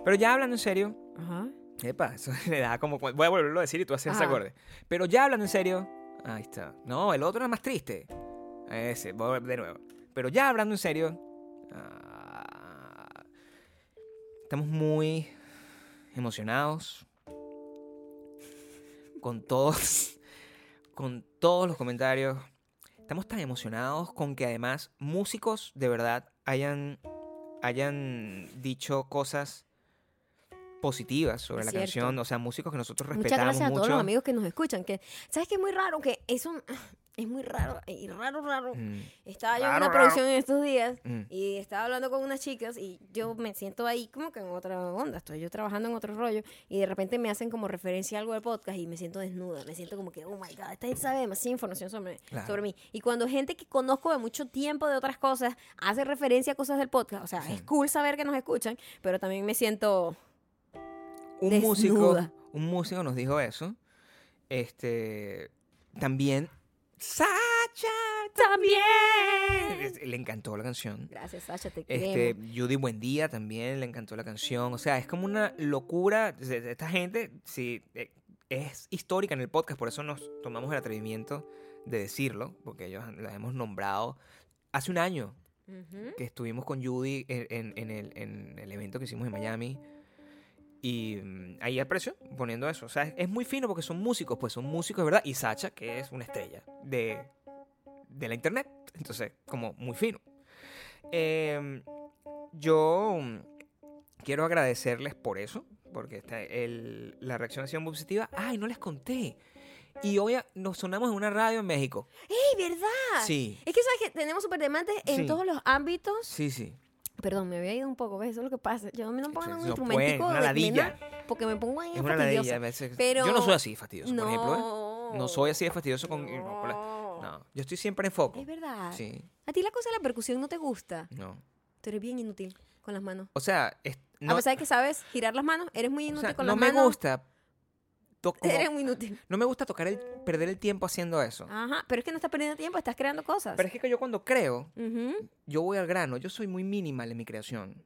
Speaker 2: Pero ya hablando en serio,
Speaker 1: Ajá.
Speaker 2: Epa, eso le da como. Voy a volverlo a decir y tú haces ese
Speaker 1: Ajá.
Speaker 2: acorde. Pero ya hablando en serio. Ahí está. No, el otro era más triste. Ese, voy de nuevo. Pero ya hablando en serio. ah, estamos muy emocionados. Con todos. Con todos los comentarios. Estamos tan emocionados con que además músicos de verdad hayan, hayan dicho cosas positivas sobre
Speaker 1: Es
Speaker 2: la
Speaker 1: cierto.
Speaker 2: canción. O sea, músicos que nosotros
Speaker 1: Muchas
Speaker 2: respetamos
Speaker 1: gracias a todos
Speaker 2: mucho.
Speaker 1: los amigos que nos escuchan. Que, ¿Sabes qué es muy raro? Que eso es muy raro. Y raro, raro.
Speaker 2: Mm,
Speaker 1: Estaba yo en
Speaker 2: Raro,
Speaker 1: una
Speaker 2: raro.
Speaker 1: producción en estos días
Speaker 2: mm.
Speaker 1: y estaba hablando con unas chicas y yo me siento ahí como que en otra onda. Estoy yo trabajando en otro rollo y de repente me hacen como referencia a algo del podcast y me siento desnuda. Me siento como que, oh my God, esta gente sabe demasiada información sobre,
Speaker 2: Claro.
Speaker 1: sobre mí. Y cuando gente que conozco de mucho tiempo de otras cosas hace referencia a cosas del podcast, o sea, es cool saber que nos escuchan, pero también me siento.
Speaker 2: un
Speaker 1: Desnuda.
Speaker 2: músico un músico nos dijo eso este también Sacha
Speaker 1: También.
Speaker 2: es- le encantó la canción
Speaker 1: Gracias, Sasha, te
Speaker 2: este
Speaker 1: queremos.
Speaker 2: Judy Buendía también le encantó la canción o sea es como una locura de- de esta gente sí eh, es histórica en el podcast por eso nos tomamos el atrevimiento de decirlo porque ellos la hemos nombrado hace un año
Speaker 1: Ujú.
Speaker 2: que estuvimos con Judy en, en- en el, en el evento que hicimos en Miami. Y mm, ahí aprecio poniendo eso. O sea, es, es muy fino porque son músicos, pues son músicos, de ¿verdad? Y Sacha, que es una estrella de, de la internet. Entonces, como muy fino. Eh, yo mm, quiero agradecerles por eso, porque esta- el- la reacción ha sido muy positiva. ¡Ay, no les conté! Y hoy a- nos sonamos en una radio en México.
Speaker 1: ¡Ey, verdad!
Speaker 2: Sí,
Speaker 1: Es que sabes que tenemos super demantes en
Speaker 2: Sí.
Speaker 1: todos los ámbitos.
Speaker 2: sí, sí.
Speaker 1: Perdón, me había ido un poco, ¿ves? Eso es lo que pasa. Yo a mí no me pongo
Speaker 2: No
Speaker 1: un
Speaker 2: pueden,
Speaker 1: instrumentico
Speaker 2: una
Speaker 1: de- de
Speaker 2: ladilla.
Speaker 1: nada, porque me pongo ahí
Speaker 2: Es una
Speaker 1: fastidiosa.
Speaker 2: ladilla. a veces.
Speaker 1: Pero-
Speaker 2: Yo no soy así de fastidioso,
Speaker 1: No.
Speaker 2: por ejemplo. ¿eh? No soy así de fastidioso con. No. por la-
Speaker 1: No.
Speaker 2: no, yo estoy siempre en foco.
Speaker 1: Es verdad.
Speaker 2: Sí,
Speaker 1: A ti la cosa de la percusión no te gusta.
Speaker 2: no.
Speaker 1: Tú eres bien inútil con las manos.
Speaker 2: O sea, es- no,
Speaker 1: a pesar de que sabes girar las manos, eres muy
Speaker 2: o
Speaker 1: inútil
Speaker 2: sea,
Speaker 1: con
Speaker 2: no
Speaker 1: las
Speaker 2: me
Speaker 1: manos.
Speaker 2: gusta. to- como-
Speaker 1: Eres Ah, muy inútil.
Speaker 2: no me gusta tocar el, perder el tiempo haciendo eso.
Speaker 1: Ajá, pero es que no estás perdiendo tiempo, estás creando cosas.
Speaker 2: Pero es que yo cuando creo,
Speaker 1: Ujú.
Speaker 2: yo voy al grano. Yo soy muy minimal en mi creación.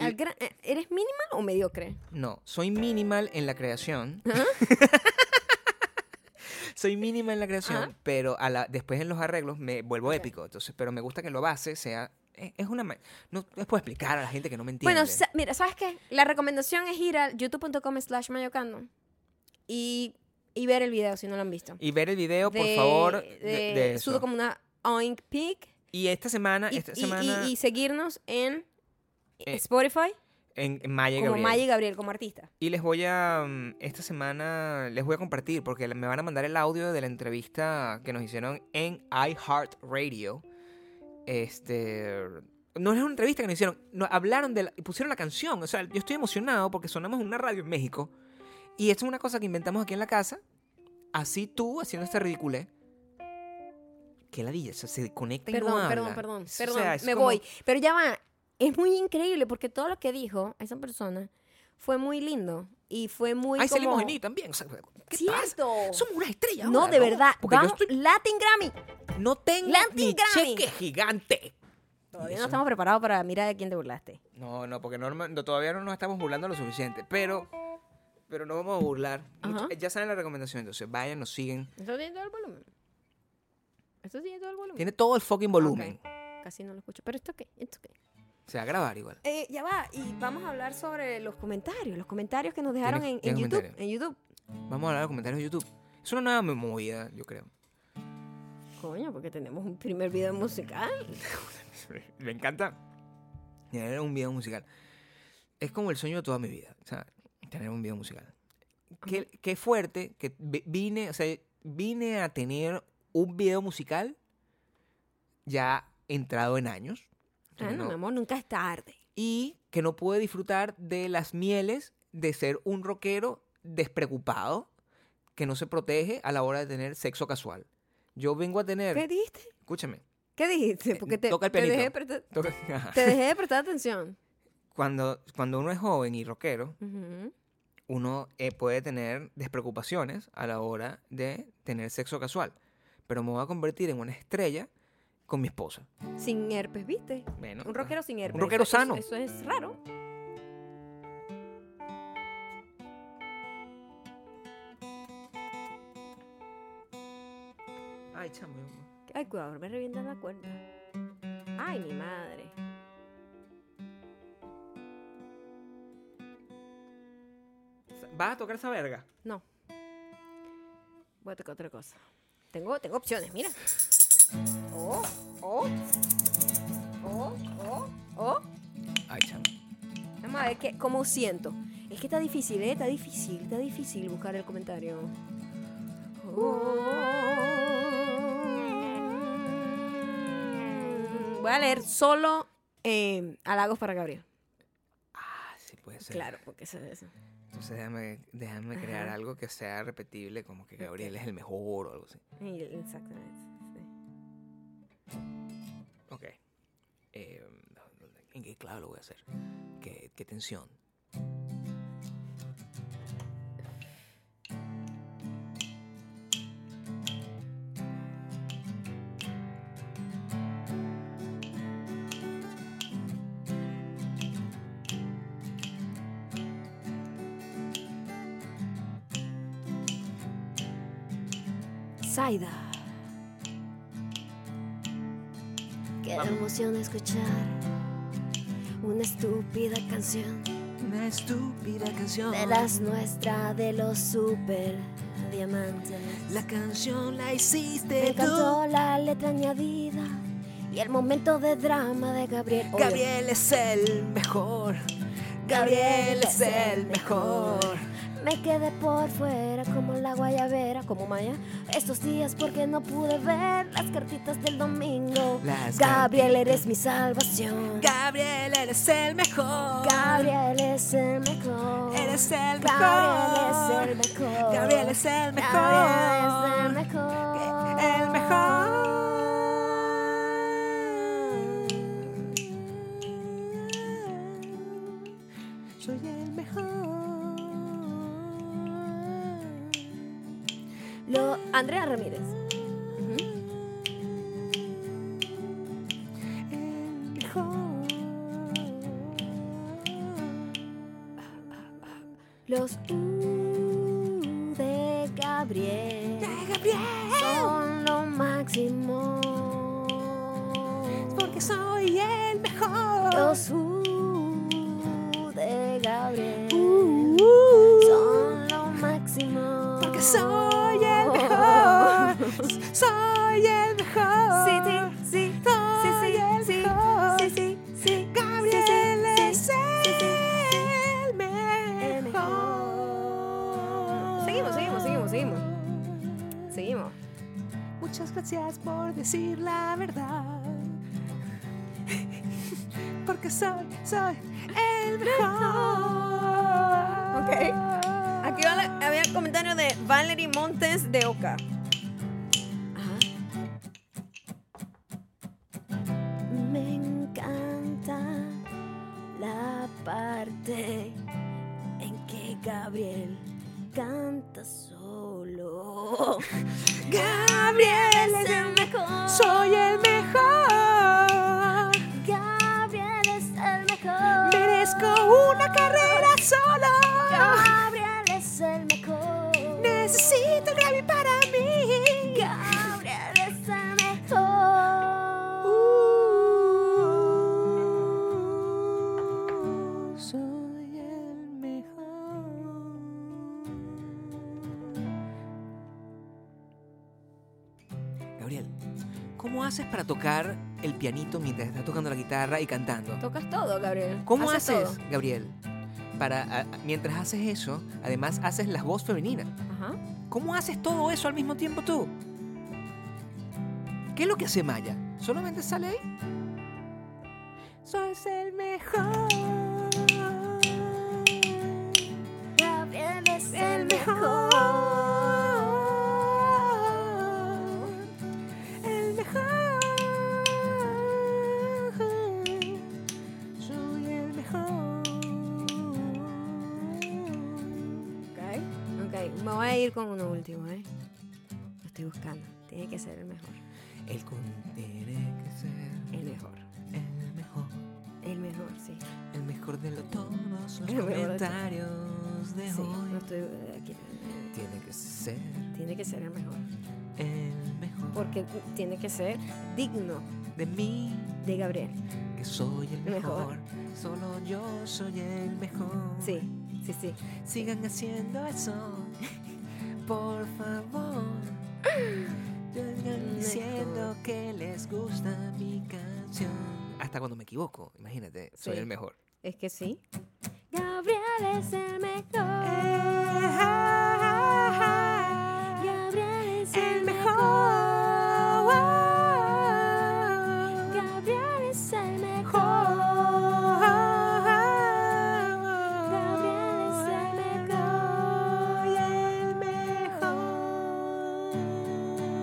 Speaker 1: Al gran- eh, ¿Eres mínima o mediocre?
Speaker 2: No, soy minimal en la creación.
Speaker 1: ¿Ah?
Speaker 2: soy mínima en la creación,
Speaker 1: Ajá.
Speaker 2: pero a la, después en los arreglos me vuelvo
Speaker 1: Ok.
Speaker 2: épico. Entonces, pero me gusta que lo base sea. e, Es es una. ma- No les puedo explicar a la gente que no me entiende.
Speaker 1: Bueno, sa- mira, ¿sabes qué? La recomendación es ir a youtube.com slash mayocando y, y ver el video si no lo han visto.
Speaker 2: y ver el video, por
Speaker 1: De-
Speaker 2: favor. De,
Speaker 1: de,
Speaker 2: de eso.
Speaker 1: Sudo como una oink pic
Speaker 2: Y esta semana,
Speaker 1: y,
Speaker 2: esta
Speaker 1: y-
Speaker 2: semana
Speaker 1: y- y seguirnos en
Speaker 2: Eh,
Speaker 1: Spotify
Speaker 2: en, en Maya y
Speaker 1: como
Speaker 2: Gabriel.
Speaker 1: Maya y Gabriel como artista.
Speaker 2: Y les voy a. mm, Esta semana les voy a compartir porque me van a mandar el audio de la entrevista que nos hicieron en iHeartRadio. Este. No es una entrevista que nos hicieron. no, hablaron de. la- pusieron la canción. O sea, yo estoy emocionado porque sonamos en una radio en México. Y esto es una cosa que inventamos aquí en la casa. Así tú, haciendo este ridiculez. Qué ladilla. O sea, se conecta y no
Speaker 1: Perdón,
Speaker 2: habla.
Speaker 1: perdón, perdón,
Speaker 2: O sea,
Speaker 1: perdón,
Speaker 2: es
Speaker 1: me
Speaker 2: como-
Speaker 1: voy. Pero ya va. es muy increíble porque todo lo que dijo esa persona fue muy lindo y fue muy
Speaker 2: Ahí
Speaker 1: como...
Speaker 2: salimos de mí también. o sea, ¿qué
Speaker 1: ¡Cierto!
Speaker 2: pasa? Somos una estrella.
Speaker 1: No,
Speaker 2: ahora,
Speaker 1: de verdad.
Speaker 2: Porque
Speaker 1: Vamos-
Speaker 2: yo estoy-
Speaker 1: Latin Grammy.
Speaker 2: no tengo
Speaker 1: Latin
Speaker 2: ni
Speaker 1: Grammy.
Speaker 2: cheque gigante.
Speaker 1: Todavía
Speaker 2: Eso-
Speaker 1: no estamos preparados para mirar de quién te burlaste.
Speaker 2: No, no, porque no- no- todavía no nos estamos burlando lo suficiente. Pero, pero no vamos a burlar.
Speaker 1: Ajá.
Speaker 2: Mucha- Ya saben la recomendación, entonces vayan, nos siguen.
Speaker 1: ¿Esto tiene todo el volumen? ¿Esto tiene todo el volumen?
Speaker 2: Tiene todo el fucking volumen.
Speaker 1: Casi no lo escucho, pero esto qué, esto qué.
Speaker 2: Se va a grabar igual.
Speaker 1: Eh, ya va, y vamos a hablar sobre los comentarios, los comentarios que nos dejaron en,
Speaker 2: ¿Tienes- tienes
Speaker 1: en YouTube.
Speaker 2: comentarios?
Speaker 1: En YouTube.
Speaker 2: Vamos a hablar de los comentarios de YouTube. Es una nueva movida, yo creo.
Speaker 1: Coño, porque tenemos un primer
Speaker 2: Mm.
Speaker 1: video musical.
Speaker 2: Me encanta tener un video musical. Es como el sueño de toda mi vida, ¿sabes? Tener un video musical. Qué, qué fuerte que vi- vine, o sea, vine a tener un video musical ya entrado en años.
Speaker 1: Ah, no,
Speaker 2: No.
Speaker 1: mi amor, nunca es tarde.
Speaker 2: y que no pude disfrutar de las mieles de ser un rockero despreocupado que no se protege a la hora de tener sexo casual. Yo vengo a tener,
Speaker 1: ¿Qué dijiste?
Speaker 2: escúchame,
Speaker 1: ¿Qué dijiste?
Speaker 2: Eh,
Speaker 1: Porque te,
Speaker 2: toca el
Speaker 1: te
Speaker 2: pianito.
Speaker 1: dejé, prestar-
Speaker 2: toca- ajá.
Speaker 1: te dejé de prestar atención.
Speaker 2: cuando cuando uno es joven y rockero,
Speaker 1: Ujú.
Speaker 2: uno eh, puede tener despreocupaciones a la hora de tener sexo casual, pero me voy a convertir en una estrella con mi esposa.
Speaker 1: Sin herpes, ¿viste?
Speaker 2: Bueno,
Speaker 1: Un rockero sin herpes.
Speaker 2: rockero
Speaker 1: Eso-
Speaker 2: sano.
Speaker 1: Eso, eso es raro.
Speaker 2: ah. Ay, chamo.
Speaker 1: Ay, cuidado, me revientan la cuerda. Ay, mi madre.
Speaker 2: ¿Vas a tocar esa verga?
Speaker 1: No. Voy a tocar otra cosa. Tengo, tengo opciones, mira. Oh, oh, oh, oh, oh.
Speaker 2: Ay, chamo.
Speaker 1: Vamos a ver qué, cómo siento. Es que está difícil, ¿eh? Está difícil, está difícil buscar el comentario. Oh. Voy a leer solo eh, halagos para Gabriel.
Speaker 2: Ah, sí puede ser.
Speaker 1: Claro, porque eso es eso.
Speaker 2: Entonces déjame, déjame crear
Speaker 1: Ajá.
Speaker 2: algo que sea repetible, como que Gabriel es el mejor o algo así.
Speaker 1: Y- Exactamente. sí.
Speaker 2: Ok. Eh, ¿En qué clave lo voy a hacer? ¿Qué, qué tensión?
Speaker 1: Zaida. Qué emoción escuchar una estúpida canción.
Speaker 2: Una estúpida canción.
Speaker 1: De las nuestras, de los super diamantes.
Speaker 2: La canción la hiciste
Speaker 3: Me encantó la letra añadida y el momento de drama de Gabriel. Obvio.
Speaker 2: Gabriel es el mejor. Gabriel es el mejor.
Speaker 3: Me quedé por fuera como la guayabera, como Maya. Estos días porque no pude ver las cartitas del domingo.
Speaker 2: Las
Speaker 3: Gabriel, eres mi salvación.
Speaker 2: Gabriel eres el mejor.
Speaker 3: Gabriel es el mejor.
Speaker 2: Eres el mejor.
Speaker 3: Gabriel es el mejor.
Speaker 2: Gabriel es el mejor.
Speaker 3: Gabriel es el mejor.
Speaker 2: El mejor. Soy el mejor.
Speaker 1: Lo, Andrea Ramírez.
Speaker 2: El mejor.
Speaker 3: Los U de Gabriel son lo máximo.
Speaker 2: Porque soy el mejor.
Speaker 3: Los U de Gabriel son lo máximo.
Speaker 2: Porque soy el mejor. Soy el mejor.
Speaker 3: Uh. Sí, sí, sí,
Speaker 2: Soy el
Speaker 3: sí,
Speaker 2: mejor.
Speaker 3: sí, sí, sí.
Speaker 2: Gabriel es
Speaker 3: sí,
Speaker 2: el
Speaker 3: El
Speaker 2: mejor.
Speaker 1: Seguimos, seguimos, seguimos, seguimos. Seguimos.
Speaker 2: Muchas gracias por decir la verdad. Porque soy, soy el mejor.
Speaker 1: Ok. Aquí va la- había el comentario de Valerie Montes de Oca.
Speaker 3: Me encanta
Speaker 1: que Gabriel canta solo. Gabriel es el mejor. Soy el mejor.
Speaker 3: Gabriel es el mejor.
Speaker 2: Merezco una carrera solo.
Speaker 3: Gabriel es el mejor.
Speaker 2: Necesito el Grammy para mí. Uh.
Speaker 3: Gabriel es el mejor.
Speaker 2: Soy el mejor. Gabriel, ¿cómo haces para tocar el pianito mientras estás tocando la guitarra y cantando?
Speaker 1: Tocas todo, Gabriel.
Speaker 2: ¿Cómo
Speaker 1: todo.
Speaker 2: haces, Gabriel? Para a- mientras haces eso, además haces la voz femenina.
Speaker 1: Ajá.
Speaker 2: ¿Cómo haces todo eso al mismo tiempo tú? ¿Qué es lo que hace Maya? ¿Solamente sale ahí? Soy el mejor.
Speaker 3: Gabriel es el mejor.
Speaker 2: mejor. El mejor. Soy el mejor.
Speaker 1: Ok. Ok. Me voy a ir con uno último, ¿eh? Lo estoy buscando. Tiene que ser el mejor.
Speaker 2: El con tiene que ser
Speaker 1: El mejor.
Speaker 2: el mejor,
Speaker 1: El mejor, sí.
Speaker 2: el mejor de lo- todos los
Speaker 1: El mejor de todos.
Speaker 2: comentarios de
Speaker 1: Sí. No
Speaker 2: hoy.
Speaker 1: estoy eh, aquí. eh,
Speaker 2: Tiene que ser
Speaker 1: Tiene que ser el mejor.
Speaker 2: el mejor
Speaker 1: Porque tiene que ser digno
Speaker 2: de mí,
Speaker 1: de Gabriel.
Speaker 2: que soy el
Speaker 1: Mejor.
Speaker 2: mejor. Solo yo soy el mejor.
Speaker 1: Sí, sí, sí.
Speaker 2: Sigan haciendo eso, por favor. Sigan diciendo que les gusta mi canción. Hasta cuando me equivoco, imagínate, soy
Speaker 1: Sí.
Speaker 2: el mejor.
Speaker 1: Es que sí.
Speaker 3: Gabriel es el mejor. Gabriel es el mejor. Gabriel es el mejor. Gabriel es el mejor. el mejor.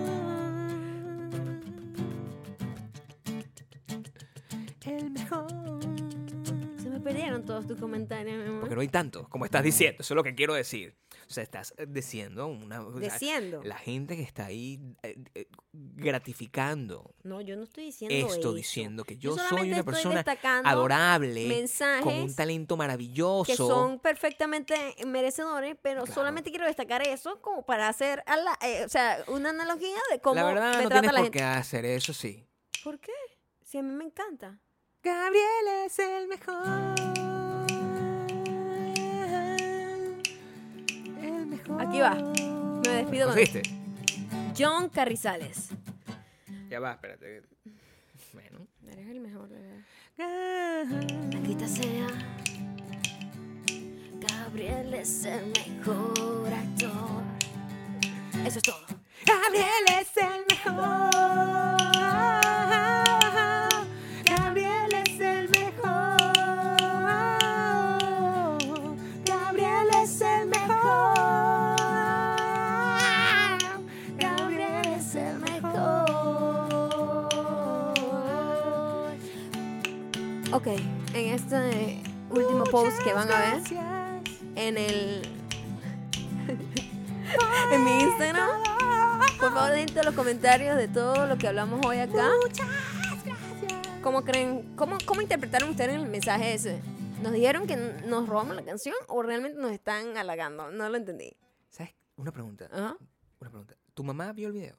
Speaker 2: El mejor.
Speaker 1: Se me perdieron todos tus comentarios, mi amor.
Speaker 2: Porque no hay tanto, como estás diciendo. Eso es lo que quiero decir. O sea, estás diciendo una. o sea,
Speaker 1: Diciendo.
Speaker 2: La gente que está ahí eh, eh, gratificando
Speaker 1: No, yo no estoy diciendo
Speaker 2: esto,
Speaker 1: eso.
Speaker 2: diciendo que yo, soy
Speaker 1: solamente
Speaker 2: una
Speaker 1: estoy
Speaker 2: persona
Speaker 1: destacando
Speaker 2: adorable, con un
Speaker 1: mensajes
Speaker 2: talento maravilloso.
Speaker 1: que son perfectamente merecedores, pero
Speaker 2: Claro.
Speaker 1: solamente quiero destacar eso como para hacer a la- eh, o sea, una analogía de cómo
Speaker 2: la verdad,
Speaker 1: me
Speaker 2: no
Speaker 1: trata
Speaker 2: tienes
Speaker 1: la
Speaker 2: por
Speaker 1: gente.
Speaker 2: qué hacer eso, sí.
Speaker 1: ¿Por qué? Si a mí me encanta.
Speaker 2: Gabriel es el mejor. El mejor.
Speaker 1: Aquí va. Me despido con
Speaker 2: ¿Conseguiste?
Speaker 1: John Carrizales.
Speaker 2: Ya va, espérate. Bueno.
Speaker 1: Eres el mejor, de verdad.
Speaker 3: Maldita sea. Gabriel es el mejor actor. Eso es todo.
Speaker 2: Gabriel es el mejor. Gabriel es el mejor. Gabriel es el mejor.
Speaker 3: Gabriel es el mejor.
Speaker 1: Ok, en este último post que van a ver en el en mi Instagram, por favor dejen los comentarios de todo lo que hablamos hoy acá. ¿Cómo creen? ¿Cómo, cómo interpretaron ustedes el mensaje ese? ¿Nos dijeron que n- nos robamos la canción o realmente nos están halagando? No lo entendí.
Speaker 2: ¿Sabes? Una pregunta.
Speaker 1: Ajá.
Speaker 2: Una pregunta. ¿Tu mamá vio el video?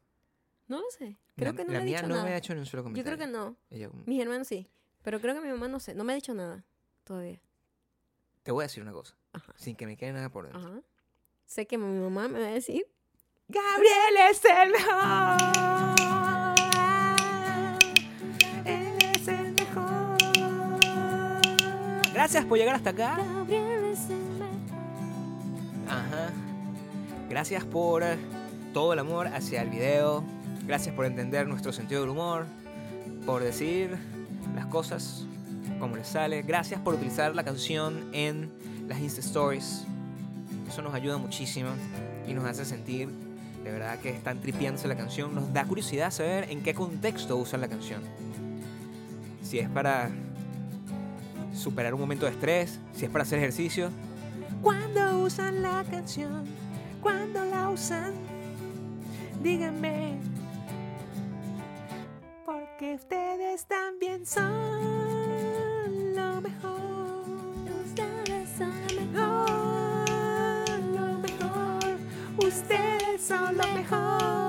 Speaker 1: No lo sé. Creo
Speaker 2: la,
Speaker 1: que no
Speaker 2: la
Speaker 1: me ha
Speaker 2: mía
Speaker 1: dicho
Speaker 2: no
Speaker 1: nada.
Speaker 2: me ha hecho ni un solo
Speaker 1: Yo
Speaker 2: comentario.
Speaker 1: creo que no.
Speaker 2: Ella como,
Speaker 1: Mis hermanos sí. Pero creo que mi mamá no sé. No me ha dicho nada todavía.
Speaker 2: Te voy a decir una cosa.
Speaker 1: Ajá.
Speaker 2: Sin que me quede nada por dentro.
Speaker 1: Ajá. Sé que mi mamá me va a decir.
Speaker 2: Gabriel es el mejor. Él es el mejor. Gracias por llegar hasta acá.
Speaker 3: Gabriel es el mejor.
Speaker 2: Ajá. Gracias por eh, todo el amor hacia el video. Gracias por entender nuestro sentido del humor. Por decir las cosas como les sale. Gracias por utilizar la canción en las Insta Stories. Eso nos ayuda muchísimo y nos hace sentir de verdad que están tripeándose la canción. Nos da curiosidad saber en qué contexto usan la canción. Si es para superar un momento de estrés, si es para hacer ejercicio, Cuando usan la canción, cuando la usan, díganme. Porque ustedes también son lo mejor.
Speaker 1: Ustedes son lo mejor.
Speaker 2: Lo mejor, lo mejor, ustedes son lo mejor.